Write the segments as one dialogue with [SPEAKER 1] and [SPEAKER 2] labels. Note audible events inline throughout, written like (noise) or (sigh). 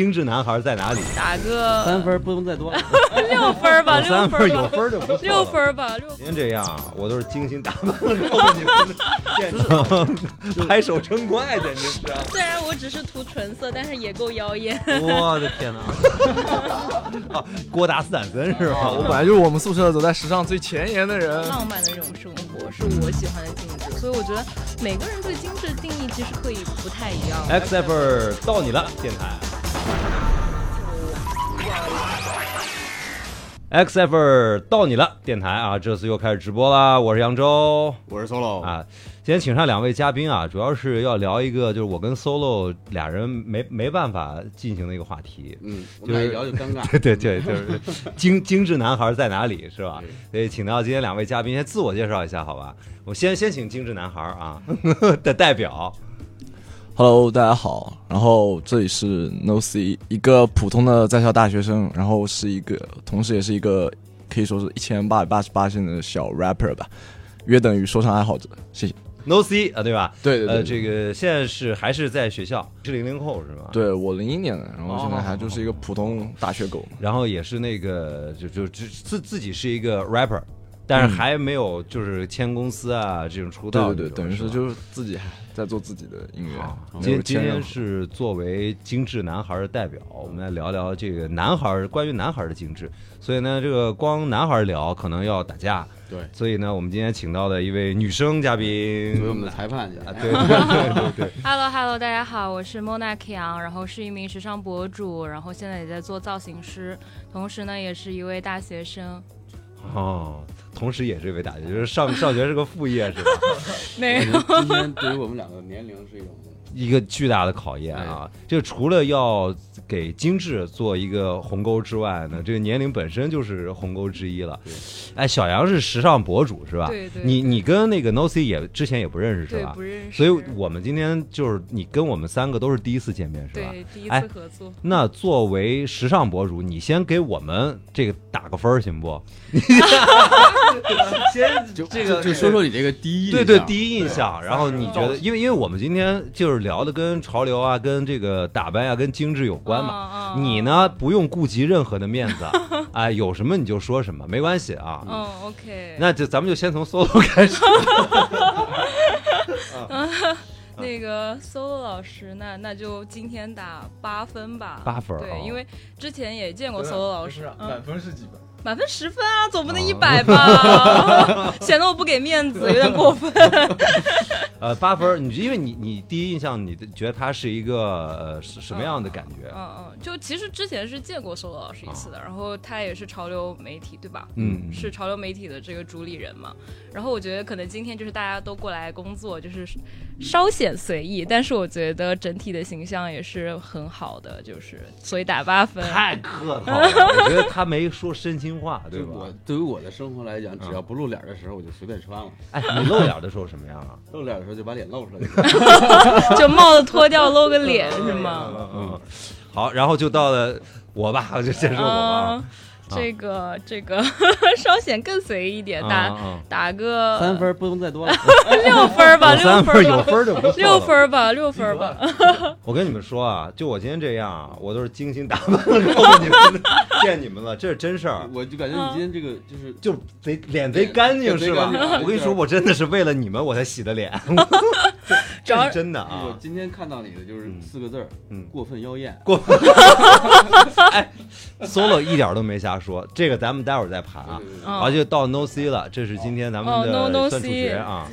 [SPEAKER 1] 精致男孩在哪里？
[SPEAKER 2] 打个
[SPEAKER 3] 三分不能再多了，
[SPEAKER 2] 六分儿吧，
[SPEAKER 1] 有
[SPEAKER 2] 六
[SPEAKER 1] 哦三
[SPEAKER 2] 分
[SPEAKER 1] 分
[SPEAKER 2] 儿
[SPEAKER 1] 有
[SPEAKER 2] 吧，
[SPEAKER 1] 分就不错了
[SPEAKER 2] 六分。儿吧，六分
[SPEAKER 1] 您这样啊，我都是精心打扮了之后，你们现场拍手称快，简直是！
[SPEAKER 2] 儿。 (laughs) 虽然我只是涂唇色，但是也够妖艳。
[SPEAKER 1] 我的天哪！ (laughs) 啊，郭达斯坦森是
[SPEAKER 4] 啊，我
[SPEAKER 1] 吧？
[SPEAKER 4] 本来就是我们宿舍走在时尚最前沿的人。
[SPEAKER 2] 浪漫的这种生活是我喜欢的精致，所以我觉得每个人对精致的定义其实可以不太一样。
[SPEAKER 1] except for 到你了，电台。except for 到你了，电台啊！这次又开始直播啦，我是扬州
[SPEAKER 5] (laughs) 我是 solo，、
[SPEAKER 1] 啊。今天请上两位嘉宾啊，主要是要聊一个就是我跟 solo 俩人没没办法进行的一个话题。
[SPEAKER 5] 嗯，我
[SPEAKER 1] 就
[SPEAKER 5] 们俩
[SPEAKER 1] 是
[SPEAKER 5] 一聊就尴尬。
[SPEAKER 1] (laughs) 对对对， (laughs) 就是精精致男孩在哪里是吧？所以请到今天两位嘉宾，先自我介绍一下好吧？我先先请精致男孩啊 (laughs) 的代表，
[SPEAKER 3] Hello，大家好，然后这里是 No C，一个普通的在校大学生，然后是一个，同时也是一个可以说是一千八百八十八线的小 rapper 吧，约等于说唱爱好者，谢谢。
[SPEAKER 1] No C 啊，对吧？
[SPEAKER 3] 对对对
[SPEAKER 1] 呃，这个现在是还是在学校，是零零后是吗？。
[SPEAKER 3] 对我零一年的，然后现
[SPEAKER 4] 哦
[SPEAKER 3] 在还就是一个普通大学狗，
[SPEAKER 1] 然后也是那个，就就就自自己是一个 rapper，但是还没有就是签公司啊这种出
[SPEAKER 3] 对
[SPEAKER 1] 道那种，
[SPEAKER 3] 对嗯对，等于
[SPEAKER 1] 是
[SPEAKER 3] 是
[SPEAKER 1] 吧
[SPEAKER 3] 就是自己还在做自己的音乐，没
[SPEAKER 1] 今
[SPEAKER 3] 有
[SPEAKER 1] 今
[SPEAKER 3] 签任
[SPEAKER 1] 天
[SPEAKER 3] 何
[SPEAKER 1] 是作为精致男孩的代表，我们来聊聊这个男孩儿关于男孩儿的精致。所以呢，这个光男孩儿聊可能要打架，
[SPEAKER 5] 对，
[SPEAKER 1] 所以呢，我们今天请到的一位女生嘉宾，
[SPEAKER 5] 作为我们的裁判去。哎
[SPEAKER 1] 啊，对 (laughs) 对对对对，
[SPEAKER 2] Hello Hello，大家好，我是莫娜 k 昂，然后是一名时尚博主，然后现在也在做造型师，同时呢也是一位大学生。
[SPEAKER 1] 哦，同时也是一位大学，就是上上学是个副业是吧？
[SPEAKER 2] 没
[SPEAKER 5] 我觉得今天对于我们两个年龄是一种，
[SPEAKER 1] 一个巨大的考验啊！这除了要给精致做一个鸿沟之外呢，这个年龄本身就是鸿沟之一了。哎，小杨是时尚博主是吧？
[SPEAKER 2] 对对
[SPEAKER 1] 你你跟那个 Nocy 也之前也不认识是
[SPEAKER 2] 对，
[SPEAKER 1] 吧
[SPEAKER 2] 不？认识。
[SPEAKER 1] 所以我们今天就是你跟我们三个都是第一次见面是吧？
[SPEAKER 2] 对第一
[SPEAKER 1] 哎
[SPEAKER 2] 次合作，
[SPEAKER 1] 那作为时尚博主，你先给我们这个打个分儿行不？
[SPEAKER 5] 就
[SPEAKER 1] 这个
[SPEAKER 5] 就就说说你这个第一
[SPEAKER 1] 对对，
[SPEAKER 5] 一
[SPEAKER 1] 第一印象。然后你觉得，因为因为我们今天就是聊的跟潮流啊、跟这个打扮啊、跟精致有关嘛。
[SPEAKER 2] 嘛
[SPEAKER 1] 你？呢，不用顾及任何的面子，哎，有什么你就说什么，没关系啊。
[SPEAKER 2] 嗯，OK。
[SPEAKER 1] 那就咱们就先从 solo 开始。 (laughs) 嗯
[SPEAKER 2] 那个 solo 老师，那那就今天打八分吧，
[SPEAKER 1] 八分儿
[SPEAKER 2] 对，
[SPEAKER 1] 哦
[SPEAKER 2] 因为之前也见过 solo 老师，嗯，
[SPEAKER 4] 分啊是几分？
[SPEAKER 2] 满分十分啊，总不能一百
[SPEAKER 1] (laughs)
[SPEAKER 2] 吧？显得我不给面子，有点过分。
[SPEAKER 1] 呃，八分儿，你因为你你第一印象，你觉得他是一个呃什什么样的感觉？
[SPEAKER 2] 嗯嗯，就其实之前是见过 solo 老师一次的，然后他也是潮流媒体，对吧？
[SPEAKER 1] 啊嗯
[SPEAKER 2] 是潮流媒体的这个主理人嘛。然后我觉得可能今天就是大家都过来工作，就是稍显随意，但是我觉得整体的形象也是很好的，就是所以打八分。啊
[SPEAKER 1] 太客套了，我觉得他没说真心话，对
[SPEAKER 5] 对
[SPEAKER 1] 吧
[SPEAKER 5] 我？对于我的生活来讲，
[SPEAKER 1] 嗯
[SPEAKER 5] 只要不露脸的时候，我就随便穿了；
[SPEAKER 1] 哎，你露脸的时候什么样啊？
[SPEAKER 5] 露脸的时候就把脸露出来就行。
[SPEAKER 2] (laughs) 就帽子脱掉露个脸是
[SPEAKER 1] (laughs)
[SPEAKER 2] 吗？
[SPEAKER 1] 嗯嗯，好，然后就到了我吧， (laughs) 我就先说我吧
[SPEAKER 2] 嗯，，这个这个 (laughs) 稍显更随意一点，
[SPEAKER 1] 啊
[SPEAKER 2] 打
[SPEAKER 1] 啊
[SPEAKER 2] 打个
[SPEAKER 3] 三分不能再多了，
[SPEAKER 2] 六分儿吧，
[SPEAKER 1] 有三
[SPEAKER 2] 六
[SPEAKER 1] 分儿
[SPEAKER 2] 分
[SPEAKER 1] 有
[SPEAKER 2] 儿吧，
[SPEAKER 1] 分儿啊就不错了
[SPEAKER 2] (laughs) 六分。儿吧，六分儿吧。
[SPEAKER 1] 我跟你们说啊，就我今天这样啊，我都是精心打扮了之后你们见你们了，这是真事儿，
[SPEAKER 5] (laughs) 我就感觉你今天这个就是
[SPEAKER 1] 就贼脸贼干净
[SPEAKER 5] 脸
[SPEAKER 1] 是
[SPEAKER 5] 贼
[SPEAKER 1] 吧 (laughs)
[SPEAKER 5] 干净啊？
[SPEAKER 1] 我跟你说，我真的是为了你们我才洗的
[SPEAKER 2] (laughs)
[SPEAKER 1] 脸，
[SPEAKER 2] 主
[SPEAKER 1] 这
[SPEAKER 2] 要
[SPEAKER 1] 是真的
[SPEAKER 5] 我
[SPEAKER 1] 啊。
[SPEAKER 5] 今天看到你的就是四个字儿
[SPEAKER 1] 嗯，
[SPEAKER 5] 过分妖艳。
[SPEAKER 1] 过，哎，solo 一点都没瞎说，这个咱们待会儿再盘啊
[SPEAKER 5] 对。对对
[SPEAKER 2] 嗯
[SPEAKER 1] 然后就到 no c 了，这是今天咱们
[SPEAKER 2] 哦，no- no
[SPEAKER 1] 的
[SPEAKER 2] C
[SPEAKER 1] 算数学啊，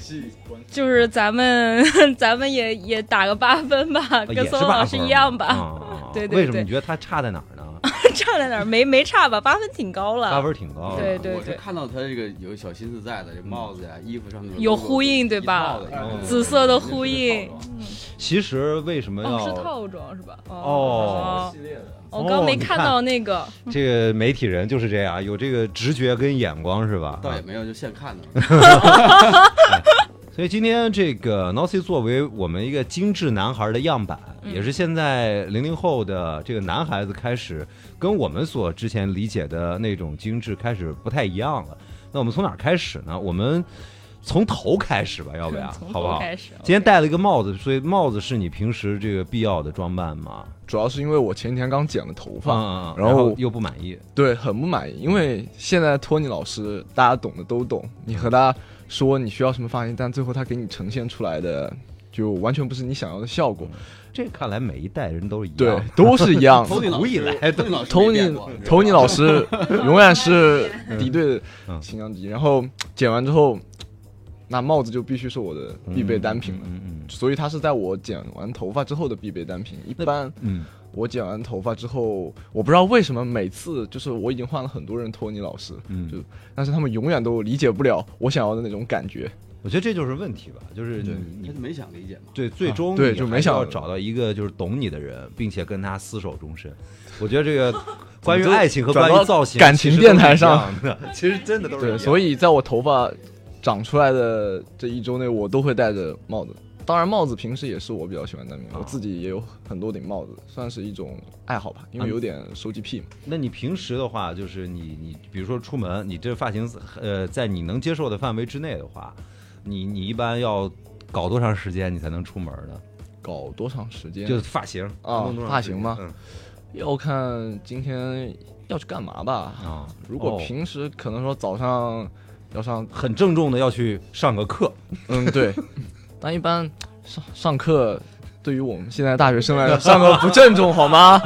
[SPEAKER 2] 就是咱们 (laughs) 咱们也也打个八分吧，
[SPEAKER 1] 啊也
[SPEAKER 2] 跟
[SPEAKER 1] 是
[SPEAKER 2] 宋老
[SPEAKER 1] 八
[SPEAKER 2] 师
[SPEAKER 1] 分
[SPEAKER 2] 一样
[SPEAKER 1] 啊
[SPEAKER 2] 吧，
[SPEAKER 1] 啊啊
[SPEAKER 2] 对对啊
[SPEAKER 1] 为什么
[SPEAKER 2] 对
[SPEAKER 1] 你觉得他差在哪儿呢？
[SPEAKER 2] (laughs) 差在哪儿？没没差吧，八分挺高
[SPEAKER 1] 八
[SPEAKER 2] 了，
[SPEAKER 1] 分挺高的。
[SPEAKER 2] 对对
[SPEAKER 5] 我是看到他这个有小心思在
[SPEAKER 1] 嗯
[SPEAKER 5] 的，这帽子呀、衣服上面
[SPEAKER 2] 有呼应对吧
[SPEAKER 1] 哦
[SPEAKER 2] 紫色的呼应
[SPEAKER 1] 嗯其实为什么要
[SPEAKER 2] 哦是套装是吧？
[SPEAKER 1] 哦
[SPEAKER 2] 哦，
[SPEAKER 4] 系列的。
[SPEAKER 2] 我刚没
[SPEAKER 1] 哦你
[SPEAKER 2] 看
[SPEAKER 1] 看
[SPEAKER 2] 到那个，
[SPEAKER 1] 这个媒体人就是这样，有这个直觉跟眼光是吧？
[SPEAKER 5] 倒也没有，就现看的。
[SPEAKER 1] 所以今天这个 Nocy 作为我们一个精致男孩的样板，
[SPEAKER 2] 嗯
[SPEAKER 1] 也是现在零零后的这个男孩子开始跟我们所之前理解的那种精致开始不太一样了。那我们从哪儿开始呢？我们从头开始吧，要不然
[SPEAKER 2] 嗯从
[SPEAKER 1] 好不
[SPEAKER 2] 头
[SPEAKER 1] 好？
[SPEAKER 2] 开始，
[SPEAKER 1] 今天戴了一个帽子，所以帽子是你平时这个必要的装扮吗？
[SPEAKER 3] 主要是因为我前几天刚剪了头
[SPEAKER 4] 啊
[SPEAKER 3] 发，
[SPEAKER 1] 嗯，
[SPEAKER 3] 然
[SPEAKER 1] 然
[SPEAKER 3] 后
[SPEAKER 1] 又不满意，
[SPEAKER 3] 对，很不满意，因为现在托尼老师大家懂的都懂，你和他说你需要什么发型，但最后他给你呈现出来的就完全不是你想要的效果，
[SPEAKER 1] 嗯这看来每一代人都是一样
[SPEAKER 3] 对
[SPEAKER 1] 的。，
[SPEAKER 3] 都是一
[SPEAKER 1] (laughs)
[SPEAKER 3] 样的。
[SPEAKER 5] 啊 Tony 老
[SPEAKER 1] 古以
[SPEAKER 5] 师
[SPEAKER 1] 来
[SPEAKER 5] ，Tony 老师没变过你知
[SPEAKER 3] Tony
[SPEAKER 5] 道吧
[SPEAKER 3] Tony 老师永远是敌对
[SPEAKER 1] 嗯
[SPEAKER 3] 的新疆敌，然后剪完之后，那帽子就必须是我的必备单品了。
[SPEAKER 1] 嗯嗯
[SPEAKER 3] 所以它是在我剪完头发之后的必备单品。一
[SPEAKER 1] 那
[SPEAKER 3] 般
[SPEAKER 1] 嗯，
[SPEAKER 3] 我剪完头发之后，我不知道为什么每次就是我已经换了很多任托尼老师，
[SPEAKER 1] 嗯
[SPEAKER 3] 就但是他们永远都理解不了我想要的那种感觉。
[SPEAKER 1] 我觉得这就是问题吧，就是你
[SPEAKER 3] 对
[SPEAKER 5] 他
[SPEAKER 1] 你
[SPEAKER 5] 就没想理解嘛。
[SPEAKER 1] 对最终
[SPEAKER 3] 啊对
[SPEAKER 1] 你
[SPEAKER 3] 就
[SPEAKER 1] 还
[SPEAKER 3] 没想
[SPEAKER 1] 要找到一个就是懂你的人，并且跟他厮守终身。我觉得这
[SPEAKER 3] (laughs)
[SPEAKER 1] 个关于
[SPEAKER 3] 怎么就
[SPEAKER 1] 爱情和
[SPEAKER 3] 转
[SPEAKER 1] 关于
[SPEAKER 3] 到
[SPEAKER 1] 造型
[SPEAKER 3] 感情
[SPEAKER 1] 其实都是
[SPEAKER 3] 电台
[SPEAKER 1] 一
[SPEAKER 3] 上
[SPEAKER 1] 样的，其实真的都是一
[SPEAKER 3] 对，
[SPEAKER 1] 样
[SPEAKER 3] 所以在我头发长出来的这一周内，我都会戴着帽子。当然，帽子平时也是我比较喜欢戴面，
[SPEAKER 1] 啊
[SPEAKER 3] 我自己也有很多顶帽子，算是一种爱好吧，因
[SPEAKER 1] 啊
[SPEAKER 3] 为有点收集癖嘛。
[SPEAKER 1] 那你平时的话，就是你你比如说出门，你这发型呃，在你能接受的范围之内的话，你你一般要搞多长时间你才能出门呢？
[SPEAKER 3] 搞多长时间？
[SPEAKER 1] 就是发型
[SPEAKER 3] 啊
[SPEAKER 1] 弄多长
[SPEAKER 3] 发
[SPEAKER 1] 时
[SPEAKER 3] 型
[SPEAKER 1] 间
[SPEAKER 3] 吗
[SPEAKER 1] 嗯
[SPEAKER 3] 要看今天要去干嘛吧。
[SPEAKER 1] 啊，
[SPEAKER 3] 如
[SPEAKER 1] 哦
[SPEAKER 3] 果平时可能说早上要上，
[SPEAKER 1] 很郑重的要去上个课，
[SPEAKER 3] 嗯， (laughs) 对，但一般上上课。对于我们现在大学生
[SPEAKER 1] (laughs)
[SPEAKER 3] 来说，上课不正宗好吗？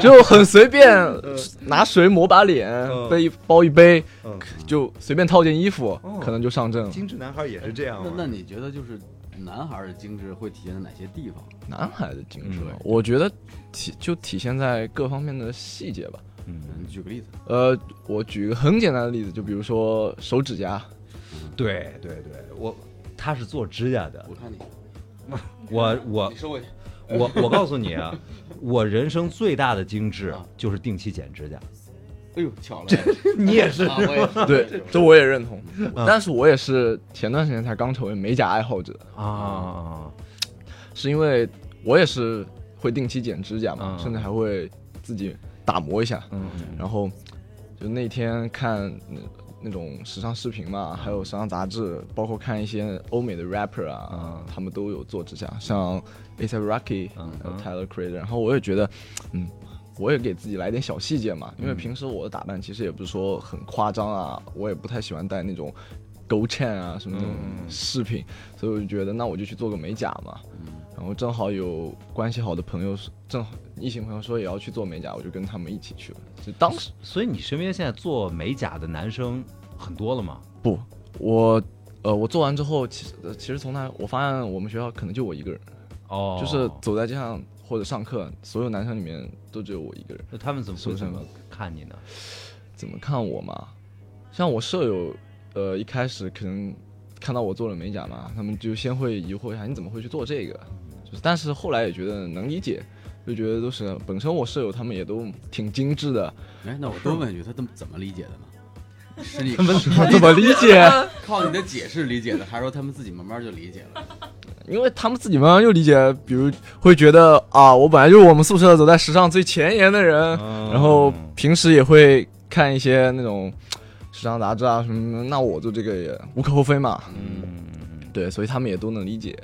[SPEAKER 3] 就很随便，拿水抹把脸
[SPEAKER 1] 嗯，
[SPEAKER 3] 背一包一杯，
[SPEAKER 1] 嗯，
[SPEAKER 3] 就随便套件衣服
[SPEAKER 1] 哦，
[SPEAKER 3] 可能就上阵了。
[SPEAKER 1] 精致男孩也是这样
[SPEAKER 5] 那
[SPEAKER 1] 吗
[SPEAKER 5] 那你觉得就是男孩儿的精致会体现在哪些地方？
[SPEAKER 3] 男孩的精致
[SPEAKER 1] 嗯
[SPEAKER 3] 嘛，我觉得体就体现在各方面的细节吧。
[SPEAKER 1] 嗯，
[SPEAKER 5] 嗯，举个例子，
[SPEAKER 3] 呃，我举一个很简单的例子，就比如说手指甲，
[SPEAKER 1] 对对对，我他是做指甲的，
[SPEAKER 5] 我看你，
[SPEAKER 1] 我我
[SPEAKER 5] 你哎收回去。
[SPEAKER 1] 我我告诉你啊，我人生最大的精致就是定期剪指甲，
[SPEAKER 5] 哎呦，巧了，
[SPEAKER 1] 你也是
[SPEAKER 5] 啊我也是
[SPEAKER 3] (laughs) 对
[SPEAKER 5] 我也
[SPEAKER 1] (laughs)
[SPEAKER 5] 是，
[SPEAKER 3] 这我也认同。
[SPEAKER 1] 嗯
[SPEAKER 3] 但是我也是前段时间才刚成为美甲爱好者，
[SPEAKER 1] 啊，
[SPEAKER 3] 是因为我也是会定期剪指甲嘛
[SPEAKER 1] 嗯，
[SPEAKER 3] 甚至还会自己打磨一下。
[SPEAKER 1] 嗯，
[SPEAKER 3] 然后就那天看那那种时尚视频
[SPEAKER 1] 嗯
[SPEAKER 3] 嘛，还有时尚杂志，包括看一些欧美的 rapper 啊，他们都有做指甲，像 A$AP Rocky，
[SPEAKER 1] 嗯
[SPEAKER 3] 还有
[SPEAKER 1] 嗯
[SPEAKER 3] Tyler Creator，然后我也觉得，嗯。我也给自己来点小细节嘛，因为
[SPEAKER 1] 嗯
[SPEAKER 3] 平时我的打扮其实也不是说很夸张啊，我也不太喜欢戴那种 gold chain 啊什么那种
[SPEAKER 1] 嗯
[SPEAKER 3] 饰品，所以我就觉得那我就去做个美甲嘛，
[SPEAKER 1] 嗯
[SPEAKER 3] 然后正好有关系好的朋友，正好异性朋友说也要去做美甲，我就跟他们一起去了。就当时
[SPEAKER 1] 所以你身边现在做美甲的男生很多了吗？
[SPEAKER 3] 不，我呃，我做完之后，其实、呃其实从那我发现我们学校可能就我一个人，
[SPEAKER 1] 哦，
[SPEAKER 3] 就是走在街上或者上课，所有男生里面都只有我一个人。
[SPEAKER 1] 那他们怎么
[SPEAKER 3] 是
[SPEAKER 1] 会
[SPEAKER 3] 不是
[SPEAKER 1] 怎么看你呢？
[SPEAKER 3] 怎么看我嘛？像我舍友，呃，一开始可能看到我做了美甲嘛，他们就先会疑惑一下你怎么会去做这个，就是但是后来也觉得能理解。就觉得都是本身我舍友他们也都挺精致的，
[SPEAKER 5] 哎，那我多问一句，他怎么怎么理解的呢？是你
[SPEAKER 3] 他 (laughs) 怎么理解？
[SPEAKER 5] 靠你的解释理解的，还是说他们自己慢慢就理解了？
[SPEAKER 3] (laughs) 因为他们自己慢慢就理解，比如会觉得啊，我本来就是我们宿舍走在时尚最前沿的人，
[SPEAKER 1] 嗯
[SPEAKER 3] 然后平时也会看一些那种时尚杂志啊什么的，那我做这个也无可厚非嘛，
[SPEAKER 5] 嗯，
[SPEAKER 3] 对，所以他们也都能理解。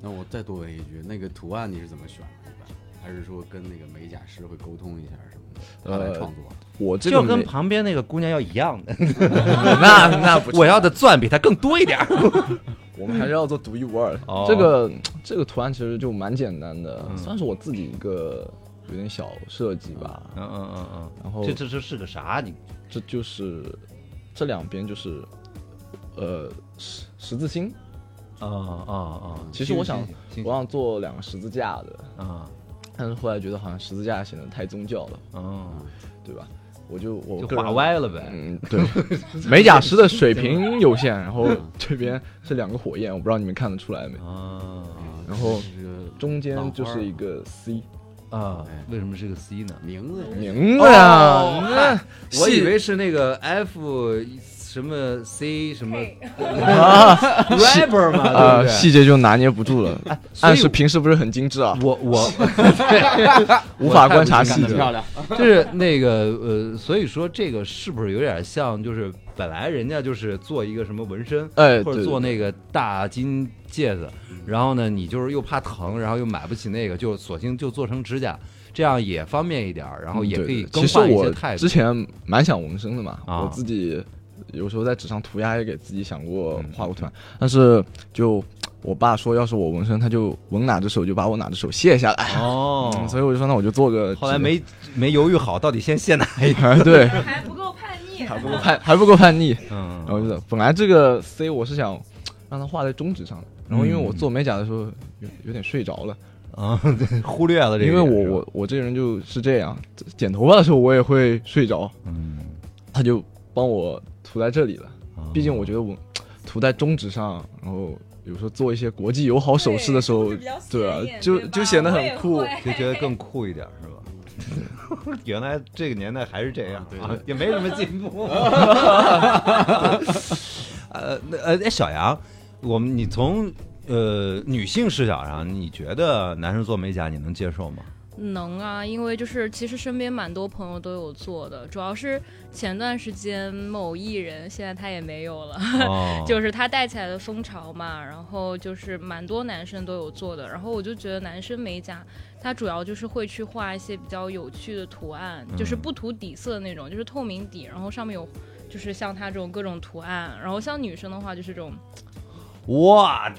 [SPEAKER 5] 那我再多问一句，那个图案你是怎么选的？一般还是说跟那个美甲师会沟通一下什么的，他来
[SPEAKER 3] 呃
[SPEAKER 5] 创作？
[SPEAKER 3] 我这
[SPEAKER 1] 就
[SPEAKER 3] 个
[SPEAKER 1] 跟
[SPEAKER 3] 没
[SPEAKER 1] 旁边那个姑娘要一样的， (laughs)
[SPEAKER 3] 那那不，
[SPEAKER 1] 我要的钻比她更多一点儿。
[SPEAKER 3] 我们还是要做独一无二的
[SPEAKER 1] 哦。嗯
[SPEAKER 3] 这个这个图案其实就蛮简单的，算是我自己一个有点小设计吧。
[SPEAKER 1] 嗯嗯嗯嗯，
[SPEAKER 3] 然后
[SPEAKER 1] 这这这是个啥？你
[SPEAKER 3] 这就是这两边就是呃十十字星，
[SPEAKER 1] 啊啊啊！
[SPEAKER 3] 其实我想
[SPEAKER 1] 行行行
[SPEAKER 3] 我想做两个十字架的，
[SPEAKER 1] 啊
[SPEAKER 3] 但是后来觉得好像十字架显得太宗教了，
[SPEAKER 1] 嗯，
[SPEAKER 3] 对吧？我就我
[SPEAKER 1] 就
[SPEAKER 3] 个人
[SPEAKER 1] 画歪了呗。
[SPEAKER 3] 嗯，
[SPEAKER 1] (laughs)
[SPEAKER 3] 对，美甲师的水平有限，然后这边是两个火焰，我不知道你们看得出来没？
[SPEAKER 1] 啊
[SPEAKER 3] 然后
[SPEAKER 5] 这个
[SPEAKER 3] 中间就
[SPEAKER 5] 浪花
[SPEAKER 3] 是一个 C，
[SPEAKER 1] 啊！
[SPEAKER 3] 哎
[SPEAKER 1] 为什么是个 C 呢？
[SPEAKER 5] 名字呀，
[SPEAKER 3] 明白啊？
[SPEAKER 1] 哦
[SPEAKER 3] 那
[SPEAKER 1] 我以
[SPEAKER 3] 细
[SPEAKER 1] 为是那个 F 什么 C 什么 (laughs) rapper 嘛，对不
[SPEAKER 3] 啊，
[SPEAKER 1] 对？
[SPEAKER 3] 细节就拿捏不住了。
[SPEAKER 1] 所以
[SPEAKER 3] 暗示平时不是很精致啊，
[SPEAKER 1] 我我
[SPEAKER 3] 无法观察
[SPEAKER 5] 干
[SPEAKER 3] 细
[SPEAKER 5] 得
[SPEAKER 3] 节。
[SPEAKER 5] 漂亮，
[SPEAKER 1] 就是那个呃，所以说这个是不是有点像，就是本来人家就是做一个什么纹身，
[SPEAKER 3] 哎，
[SPEAKER 1] 或者
[SPEAKER 3] 对，嗯
[SPEAKER 1] 做那个大金戒指，然后呢，你就是又怕疼，然后又买不起那个，就索性就做成指甲，这样也方便一点儿，然后也
[SPEAKER 3] 嗯对
[SPEAKER 1] 可以
[SPEAKER 3] 对
[SPEAKER 1] 更
[SPEAKER 3] 其实
[SPEAKER 1] 换一些
[SPEAKER 3] 我
[SPEAKER 1] 态度
[SPEAKER 3] 之。前蛮想纹身的嘛，
[SPEAKER 1] 啊
[SPEAKER 3] 我自己有时候在纸上涂鸦也给自己想过
[SPEAKER 1] 嗯
[SPEAKER 3] 画过图案，但是就我爸说，要是我纹身，他就纹哪只手就把我哪只手卸下来。
[SPEAKER 1] 哦
[SPEAKER 3] 嗯所以我就说，那我就做个。
[SPEAKER 1] 后来。没没犹豫好，到底先卸哪一个？
[SPEAKER 3] (laughs) 哎，
[SPEAKER 1] (laughs)
[SPEAKER 3] 对，
[SPEAKER 2] 还不够叛逆，
[SPEAKER 3] 还不够叛，还不够叛逆。然后
[SPEAKER 1] 嗯，
[SPEAKER 3] 就是本来这个 C 我是想让它画在中指上的，然后因为
[SPEAKER 1] 嗯
[SPEAKER 3] 我做美甲的时候有有点睡着了，
[SPEAKER 1] 啊，对忽略了这个，
[SPEAKER 3] 因为
[SPEAKER 1] 是
[SPEAKER 3] 我
[SPEAKER 1] 吧
[SPEAKER 3] 我我这人就是这样，剪头发的时候我也会睡着，
[SPEAKER 1] 嗯，
[SPEAKER 3] 他就帮我涂在这里了。
[SPEAKER 1] 啊
[SPEAKER 3] 毕竟我觉得我涂在中指上，然后有时候做一些国际友好手势的时候，对啊，就就显得很酷。
[SPEAKER 1] 就觉得更酷一点，是吧？ (laughs) 原来这个年代还是这样，
[SPEAKER 5] 对
[SPEAKER 1] 啊，也没什么进
[SPEAKER 3] (laughs)
[SPEAKER 1] 步。呃，那呃，哎小杨，我们你从呃女性视角上，你觉得男生做美甲你能接
[SPEAKER 3] (laughs)
[SPEAKER 1] 受吗？
[SPEAKER 2] 能啊，因为就是其实身边蛮多朋友都有做的，主要是前段时间某艺人，现在他也没有了， (laughs)
[SPEAKER 1] 哦
[SPEAKER 2] 就是他带起来的风潮嘛，然后就是蛮多男生都有做的，然后我就觉得男生美甲，他主要就是会去画一些比较有趣的图案，就是
[SPEAKER 1] 嗯
[SPEAKER 2] 不涂底色的那种，就是透明底，然后上面有就是像他这种各种图案，然后像女生的话就是这种，
[SPEAKER 1] 哇，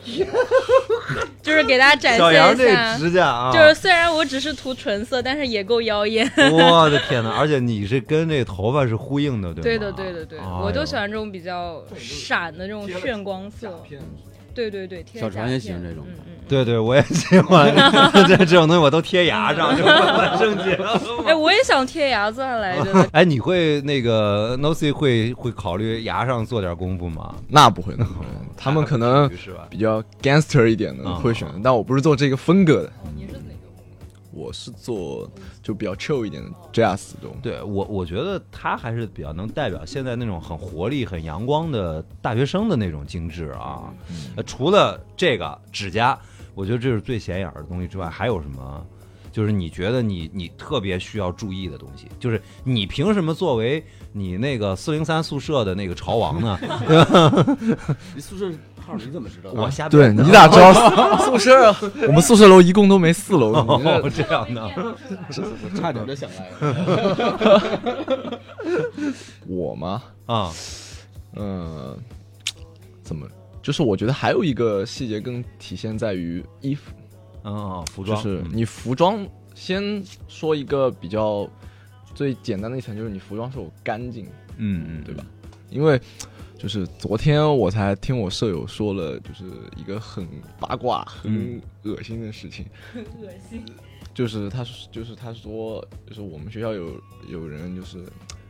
[SPEAKER 2] 就是给大家展
[SPEAKER 1] 小杨
[SPEAKER 2] 现一
[SPEAKER 1] 这
[SPEAKER 2] 下。
[SPEAKER 1] 指甲啊，
[SPEAKER 2] 就是 (laughs) 虽然我只是涂纯色，但是也够妖艳。
[SPEAKER 1] 我的天哪！而且你是跟这头发是呼应的，对吗？
[SPEAKER 2] (laughs) 对的，对的，对的，
[SPEAKER 5] 哦
[SPEAKER 2] 我
[SPEAKER 5] 哎
[SPEAKER 2] 就喜
[SPEAKER 1] 欢。
[SPEAKER 2] 欢这种比较闪的这种炫光色。对对对，贴
[SPEAKER 5] 小
[SPEAKER 2] 了甲
[SPEAKER 5] 船也
[SPEAKER 2] 片
[SPEAKER 5] 喜欢这种
[SPEAKER 2] 嗯嗯。
[SPEAKER 1] 对对，我也喜欢 (laughs) 这这种东西，我都贴牙上，就我正经了。。
[SPEAKER 2] 嗯哎，我也想贴牙钻来
[SPEAKER 5] (laughs)
[SPEAKER 2] 着的
[SPEAKER 1] 哎，你会那个 Nocy 会会考虑牙上做点功夫吗？
[SPEAKER 3] 那不会的，他们可能
[SPEAKER 1] 于是吧，
[SPEAKER 3] 比较 gangster 一点的
[SPEAKER 1] 啊
[SPEAKER 3] 会选，但我不是做这个风格的，
[SPEAKER 2] 你是哪个？
[SPEAKER 3] 我是做就比较 chill 一点的 jazz 这种。
[SPEAKER 1] 对我我觉得他还是比较能代表现在那种很活力、很阳光的大学生的那种精致啊。呃除了这个指甲，我觉得这是最显眼的东西之外，还有什么？就是你觉得你你特别需要注意的东西，就是你凭什么作为你那个四零三宿舍的那个潮王 (laughs) 呢？
[SPEAKER 5] 你宿舍号你怎么知道的？
[SPEAKER 1] 我瞎
[SPEAKER 3] 对
[SPEAKER 1] 编的啊
[SPEAKER 3] 你咋知道
[SPEAKER 1] (laughs)
[SPEAKER 3] 宿舍？我们宿舍楼一共都没四楼，你这 (laughs)
[SPEAKER 1] 哦这样的，
[SPEAKER 5] 我 (laughs) 差点就想来
[SPEAKER 1] (laughs)
[SPEAKER 5] 了。
[SPEAKER 3] 我吗？
[SPEAKER 1] 啊
[SPEAKER 3] 嗯，怎么？就是我觉得还有一个细节更体现在于衣服，
[SPEAKER 1] 嗯哦，服
[SPEAKER 3] 就
[SPEAKER 1] 装
[SPEAKER 3] 是
[SPEAKER 1] 嗯
[SPEAKER 3] 你服装。先说一个比较最简单的一层，就是你服装是否干净，
[SPEAKER 1] 嗯嗯
[SPEAKER 3] 对吧？？因为就是昨天我才听我舍友说了，就是一个很八卦、很
[SPEAKER 1] 嗯
[SPEAKER 3] 恶心的事情，
[SPEAKER 2] 恶心。
[SPEAKER 3] 就是他就是他说就是我们学校有有人就是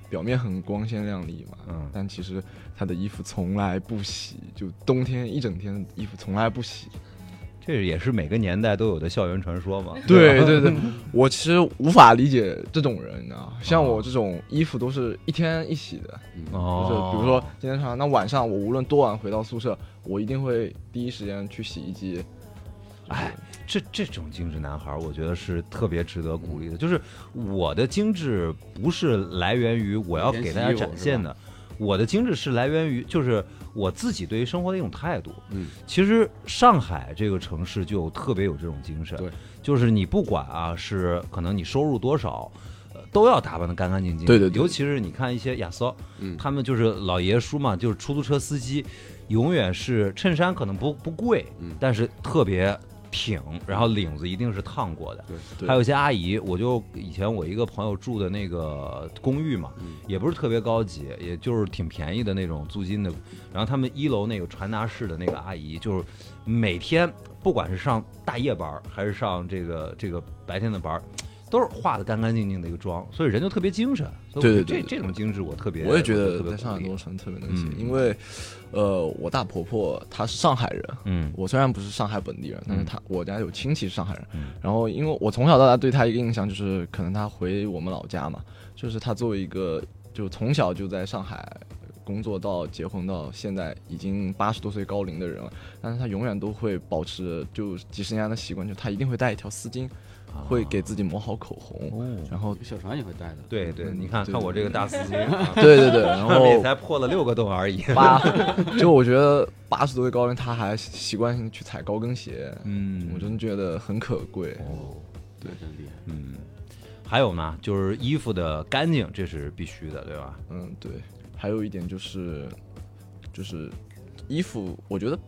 [SPEAKER 3] 表面很光鲜亮丽嘛，
[SPEAKER 1] 嗯
[SPEAKER 3] 但其实他的衣服从来不洗，就冬天一整天衣服从来不洗。
[SPEAKER 1] 这也是每个年代都有的校园传说嘛。
[SPEAKER 3] 对对对， (laughs) 我其实无法理解这种人，你知道吗，像我这种衣服都是一天一洗的，
[SPEAKER 5] 嗯
[SPEAKER 3] 就是
[SPEAKER 1] 哦，
[SPEAKER 3] 比如说今天上班，那晚上我无论多晚回到宿舍，我一定会第一时间去洗衣机。
[SPEAKER 1] 哎，这这种精致男孩儿，我觉得是特别值得鼓励的。就是我的精致不是来源于我要给大家展现的，我的精致是来源于就是我自己对于生活的一种态度。
[SPEAKER 5] 嗯，
[SPEAKER 1] 其实上海这个城市就特别有这种精神，
[SPEAKER 5] 对，
[SPEAKER 1] 就是你不管啊，是可能你收入多少。呃都要打扮的干干净净，
[SPEAKER 3] 对对对
[SPEAKER 1] 尤其是你看一些亚骚，
[SPEAKER 5] 嗯
[SPEAKER 1] 他们就是老爷叔嘛，就是出租车司机，永远是衬衫可能不不贵，
[SPEAKER 5] 嗯
[SPEAKER 1] 但是特别挺，然后领子一定是烫过的。
[SPEAKER 3] 对
[SPEAKER 1] 还有一些阿姨，我就以前我一个朋友住的那个公寓嘛，
[SPEAKER 3] 嗯
[SPEAKER 1] 也不是特别高级，也就是挺便宜的那种租金的。然后他们一楼那个传达室的那个阿姨，就是每天不管是上大夜班儿还是上这个这个白天的班儿，都是化的干干净净的一个妆，所以人就特别精神。所以我觉得
[SPEAKER 3] 对对对
[SPEAKER 1] 这这种精致我特别，
[SPEAKER 3] 我也觉
[SPEAKER 1] 特
[SPEAKER 3] 得
[SPEAKER 1] 别
[SPEAKER 3] 在上海
[SPEAKER 1] 鼓励
[SPEAKER 3] 这种城特别能洗
[SPEAKER 1] 嗯，
[SPEAKER 3] 因为，呃，我大婆婆她是上海人，
[SPEAKER 1] 嗯
[SPEAKER 3] 我虽然不是上海本地人，但是她我家有亲戚是上海人
[SPEAKER 1] 嗯，
[SPEAKER 3] 然后因为我从小到大对她一个印象就是，可能她回我们老家嘛，就是她作为一个就从小就在上海工作到结婚到现在已经八十多岁高龄的人了，但是他永远都会保持就几十年来的习惯，就他一定会带一条丝巾，会给自己抹好口红，
[SPEAKER 1] 啊哦，
[SPEAKER 3] 然后
[SPEAKER 5] 小船也会带的，
[SPEAKER 1] 对对，你看
[SPEAKER 3] 嗯对
[SPEAKER 1] 看我这个
[SPEAKER 3] (laughs)
[SPEAKER 1] 大司机，啊 (laughs)
[SPEAKER 3] 对对对，然
[SPEAKER 1] 也
[SPEAKER 3] 后
[SPEAKER 1] 才破了六个洞而已。(laughs)
[SPEAKER 3] (laughs) 八，就我觉得八十多岁高龄他还习惯性去踩高跟鞋，
[SPEAKER 1] 嗯
[SPEAKER 3] 我真觉得很可贵。
[SPEAKER 1] 哦，
[SPEAKER 5] 对，真厉害。
[SPEAKER 1] 嗯，还有呢，就是衣服的干净，这是必须的，对吧？
[SPEAKER 3] 嗯，对。还有一点就是，就是衣服，我觉得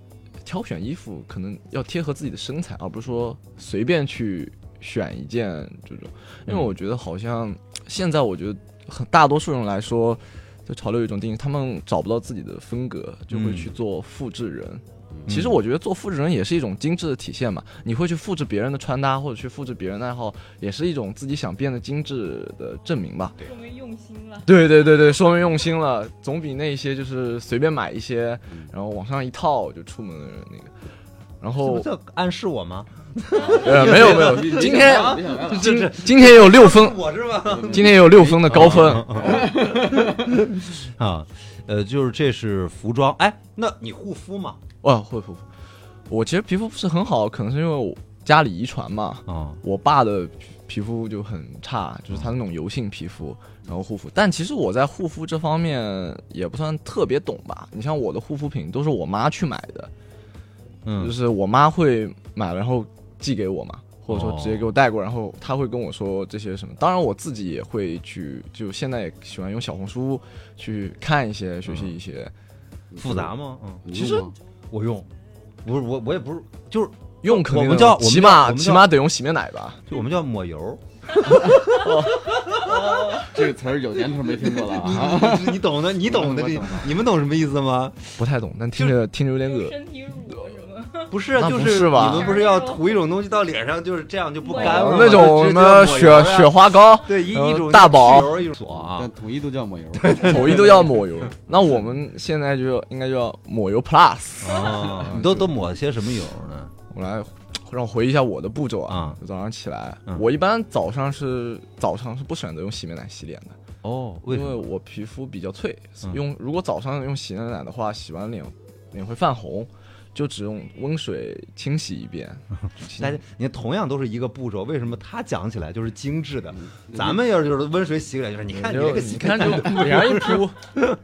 [SPEAKER 3] 挑选衣服可能要贴合自己的身材，而不是说随便去选一件这种。因为
[SPEAKER 1] 嗯
[SPEAKER 3] 我觉得好像现在，我觉得很大多数人来说，就潮流有一种定义，他们找不到自己的风格，就会
[SPEAKER 1] 嗯
[SPEAKER 3] 去做复制人。
[SPEAKER 5] 嗯
[SPEAKER 3] 其实我觉得做复制人也是一种精致的体现嘛，你会去复制别人的穿搭，或者去复制别人的爱好，也是一种自己想变得精致的证明吧。
[SPEAKER 2] 说明用心了。
[SPEAKER 3] 对对对对，说明用心了，总比那些就是随便买一些
[SPEAKER 5] 嗯，
[SPEAKER 3] 然后往上一套就出门的人那个。然
[SPEAKER 1] 这不
[SPEAKER 3] (laughs) 后
[SPEAKER 1] 这暗示我吗？
[SPEAKER 3] 呃没有没有，嗯今天
[SPEAKER 5] 别想歪了
[SPEAKER 3] 今今天有六分，
[SPEAKER 1] 我是吗？
[SPEAKER 3] 今天有六分的高分，
[SPEAKER 1] (laughs) 啊，呃，就是这是服装，哎，那你护肤吗？
[SPEAKER 3] 哇会会，会我其实皮肤不是很好，可能是因为我家里遗传嘛，
[SPEAKER 1] 啊，
[SPEAKER 3] 我爸的皮肤就很差，就是他那种油性皮肤，然后护肤。但其实我在护肤这方面也不算特别懂吧。你像我的护肤品都是我妈去买的，就
[SPEAKER 1] 嗯，
[SPEAKER 3] 是我妈会买，然后寄给我嘛，或者说
[SPEAKER 1] 哦
[SPEAKER 3] 直接给我带过，然后她会跟我说这些什么。当然我自己也会去，就现在也喜欢用小红书去看一些、学习
[SPEAKER 1] 嗯
[SPEAKER 3] 一些。
[SPEAKER 1] 复杂吗？嗯，
[SPEAKER 5] 你用
[SPEAKER 3] 其实
[SPEAKER 5] 吗
[SPEAKER 1] 我用，不是我我也不是，就是
[SPEAKER 3] 用肯定
[SPEAKER 1] 我
[SPEAKER 3] 的
[SPEAKER 1] 们叫我们
[SPEAKER 3] 起
[SPEAKER 1] 叫我
[SPEAKER 3] 码
[SPEAKER 1] 们叫
[SPEAKER 3] 起码得用洗面奶吧？
[SPEAKER 1] 就我们叫抹油，
[SPEAKER 5] 这个词儿有年头没听过了
[SPEAKER 1] (laughs)
[SPEAKER 5] (laughs) 啊！
[SPEAKER 1] 你你懂的，你懂
[SPEAKER 3] (laughs)
[SPEAKER 1] 的，
[SPEAKER 5] 我
[SPEAKER 1] 这
[SPEAKER 5] 懂
[SPEAKER 1] 你们懂什么意思吗？
[SPEAKER 3] 不太懂，但听着听着有点恶。
[SPEAKER 2] 身体乳什么？
[SPEAKER 1] 不是，
[SPEAKER 3] 那
[SPEAKER 1] 就
[SPEAKER 3] 不是吧
[SPEAKER 1] 你们不是要涂一种东西到脸上，就是这样就不
[SPEAKER 2] 抹
[SPEAKER 1] 干
[SPEAKER 2] 油
[SPEAKER 1] 了吗？
[SPEAKER 3] 啊那种
[SPEAKER 1] 就
[SPEAKER 3] 什
[SPEAKER 1] 直接叫抹
[SPEAKER 3] 么雪
[SPEAKER 1] 油啊呀
[SPEAKER 3] 雪花膏，
[SPEAKER 1] 对一
[SPEAKER 3] 呃
[SPEAKER 1] 一种
[SPEAKER 3] 大宝
[SPEAKER 1] 油一种锁啊
[SPEAKER 5] 但，统一都叫抹油，
[SPEAKER 3] 统一都要抹油，那我们现在就应该叫抹油 Plus。
[SPEAKER 1] 哦，你 (laughs) 都都抹些什么油呢？
[SPEAKER 3] 我来让我回忆一下我的步骤啊
[SPEAKER 1] 啊，
[SPEAKER 3] 就早上起来
[SPEAKER 1] 嗯，
[SPEAKER 3] 我一般早上是早上是不选择用洗面奶洗脸的，
[SPEAKER 1] 哦，为什
[SPEAKER 3] 因为
[SPEAKER 1] 么？
[SPEAKER 3] 我皮肤比较脆
[SPEAKER 1] 嗯，
[SPEAKER 3] 用如果早上用洗面奶的话，洗完脸脸会泛红，就只用温水清洗
[SPEAKER 1] (laughs)
[SPEAKER 3] 一遍。清
[SPEAKER 1] 大家，你看同样都是一个步骤，为什么他讲起来就是精致的， (laughs) 咱们要是就是温水洗个脸，就是你看你
[SPEAKER 3] 就
[SPEAKER 1] 这个
[SPEAKER 3] 你
[SPEAKER 1] 洗，
[SPEAKER 3] 看就
[SPEAKER 1] (laughs)
[SPEAKER 3] 脸上一扑，